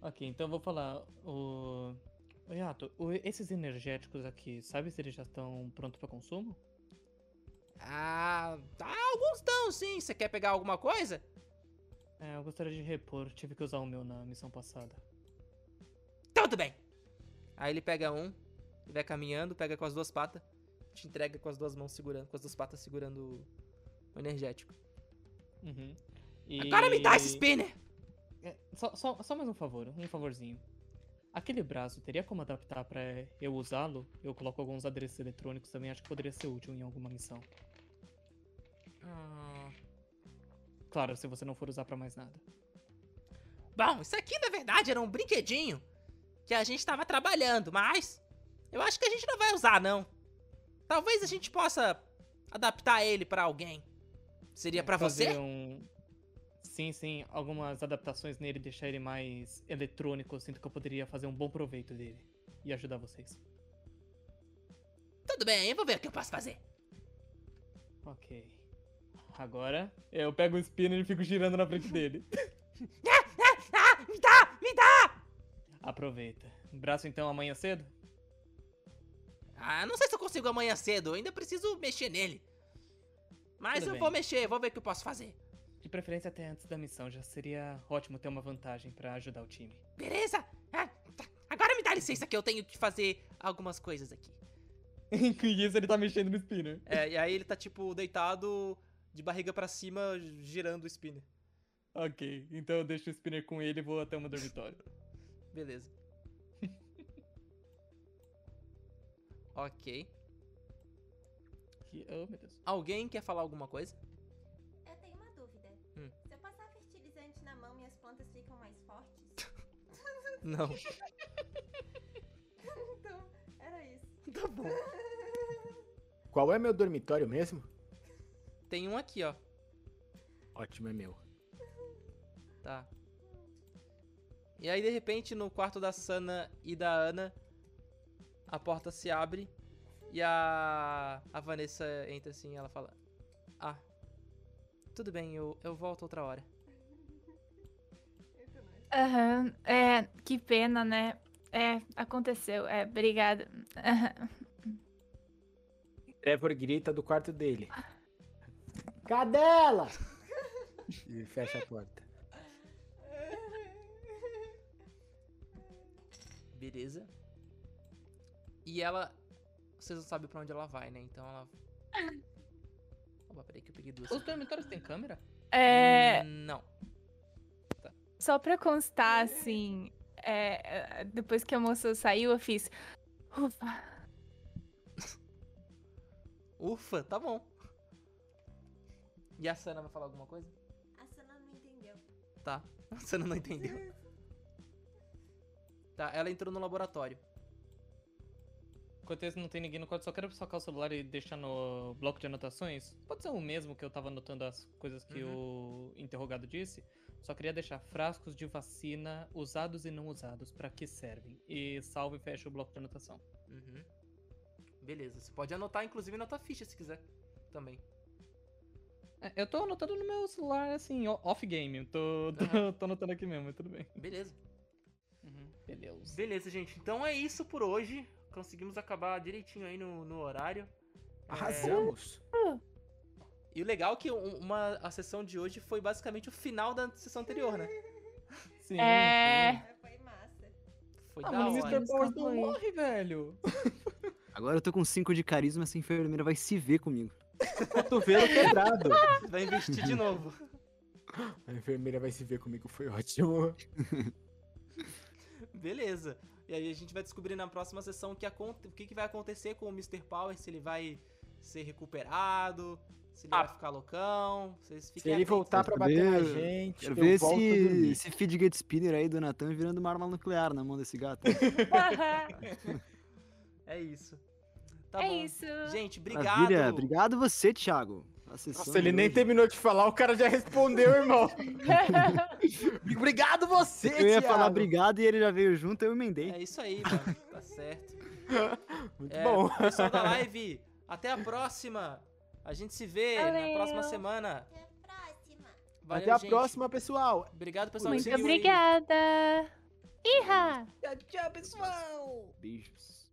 ok, então eu vou falar. O. Ô, Yato, o- esses energéticos aqui, sabe se eles já estão prontos pra consumo?
Ah, tá, alguns estão sim. Você quer pegar alguma coisa?
É, eu gostaria de repor, tive que usar o meu na missão passada.
Tá Tudo bem. Aí ele pega um, ele vai caminhando, pega com as duas patas, te entrega com as duas mãos segurando, com as duas patas segurando o energético.
Uhum. E...
Agora me dá esse spinner!
É, Só, só, só mais um favor, um favorzinho. Aquele braço, teria como adaptar pra eu usá-lo? Eu coloco alguns adereços eletrônicos também, acho que poderia ser útil em alguma missão. Ah. Claro, se você não for usar pra mais nada.
Bom, isso aqui na verdade era um brinquedinho que a gente tava trabalhando, mas eu acho que a gente não vai usar não. Talvez a gente possa adaptar ele pra alguém. Seria pra
É, Fazer
você?
um- Sim, sim, algumas adaptações nele, deixar ele mais eletrônico, eu sinto que eu poderia fazer um bom proveito dele e ajudar vocês.
Tudo bem, eu vou ver o que eu posso fazer.
Ok. Agora, eu pego o spinner e fico girando na frente dele.
Ah, me dá, me dá!
Aproveita. Braço então amanhã cedo?
Ah, não sei se eu consigo amanhã cedo, eu ainda preciso mexer nele. Mas
Tudo
eu
bem.
vou mexer, vou ver o que eu posso fazer.
De preferência até antes da missão, já seria ótimo ter uma vantagem pra ajudar o time.
Beleza? Ah, tá. Agora me dá licença que eu tenho que fazer algumas coisas aqui.
Com isso ele tá mexendo no spinner.
É, e aí ele tá tipo deitado de barriga para cima, girando o spinner.
Ok, então eu deixo o spinner com ele e vou até o meu dormitório.
Beleza. ok.
Que- Oh, meu Deus.
Alguém quer falar alguma coisa?
Eu tenho uma dúvida.
Hum.
Se eu passar fertilizante na mão, minhas plantas ficam mais fortes?
Não.
então, era isso.
tá bom.
Qual é meu dormitório mesmo?
Tem um aqui, ó.
Ótimo, é meu.
Tá. E aí, de repente, no quarto da Sana e da Ana, a porta se abre e a, a Vanessa entra assim ela fala: Ah, tudo bem, eu, eu volto outra hora.
Aham, é, que pena, né? É, aconteceu. É, obrigada. Aham.
Trevor grita do quarto dele.
Cadela!
E fecha a porta.
Beleza. E ela. Vocês não sabem pra onde ela vai, né? Então ela. Opa, peraí que eu peguei duas. Hum,
Os dormitórios têm câmera?
É,
Não.
só pra constar, assim, é, é, depois que a moça saiu, eu fiz. Ufa.
Ufa, tá bom. E a Sana vai falar alguma coisa?
A Sana não entendeu.
Tá. A Sana não entendeu. Tá, ela entrou no laboratório.
Enquanto isso, não tem ninguém no quarto, só quero sacar o celular e deixar no bloco de anotações. Pode ser o mesmo que eu tava anotando as coisas que o interrogado disse. Só queria deixar frascos de vacina usados e não usados, pra que servem. E salve e fecha o bloco de anotação.
Uhum. Beleza, você pode anotar inclusive na tua ficha se quiser. Também.
É, eu tô anotando no meu celular, assim, o- off-game. Tô, tô, tô anotando aqui mesmo, mas tudo bem.
Beleza.
Uhum. Beleza.
Beleza, gente. Então é isso por hoje. Conseguimos acabar direitinho aí no, no horário.
Arrasamos.
E o legal é que um- uma, a sessão de hoje foi basicamente o final da sessão anterior, né?
Sim,
É. tá
Mas Foi massa.
Foi
Ah,
da
mano, o
hora.
Mr. Powers
Escapou
não
aí.
morre, velho.
Agora eu tô com 5 de carisma, essa enfermeira vai se ver comigo.
Cotovelo quebrado.
Vai investir de novo.
A enfermeira vai se ver comigo, foi ótimo.
Beleza. E aí a gente vai descobrir na próxima sessão o que, acon- o que, que vai acontecer com o Mr. Power, se ele vai ser recuperado, se ele
Ah.
vai ficar loucão. Vocês
Se
fiquem
ele
atentos.
voltar pra bater na
Cadê?
gente,
Quero
eu
ver
volto a
esse,
dormir.
esse fidget spinner aí do Natan virando uma arma nuclear na mão desse gato.
É isso. Tá
é
bom.
isso.
Gente, obrigado.
Maravilha, obrigado você, Thiago. Tá A sessão
Nossa, ele
de
nem
hoje.
terminou de falar, o cara já respondeu, irmão.
Obrigado você,
Eu ia falar
Thiago.
obrigado e ele já veio junto, eu emendei.
É isso aí, mano. Tá certo.
Muito
É,
bom.
Pessoal da live, até a próxima. A gente se vê
Valeu.
na próxima semana.
Até a próxima.
Valeu,
Até a
gente.
próxima, pessoal.
Obrigado, pessoal. que
Muito
seguiu aí.
obrigada. Ih!
Tchau, tchau, pessoal.
Beijos.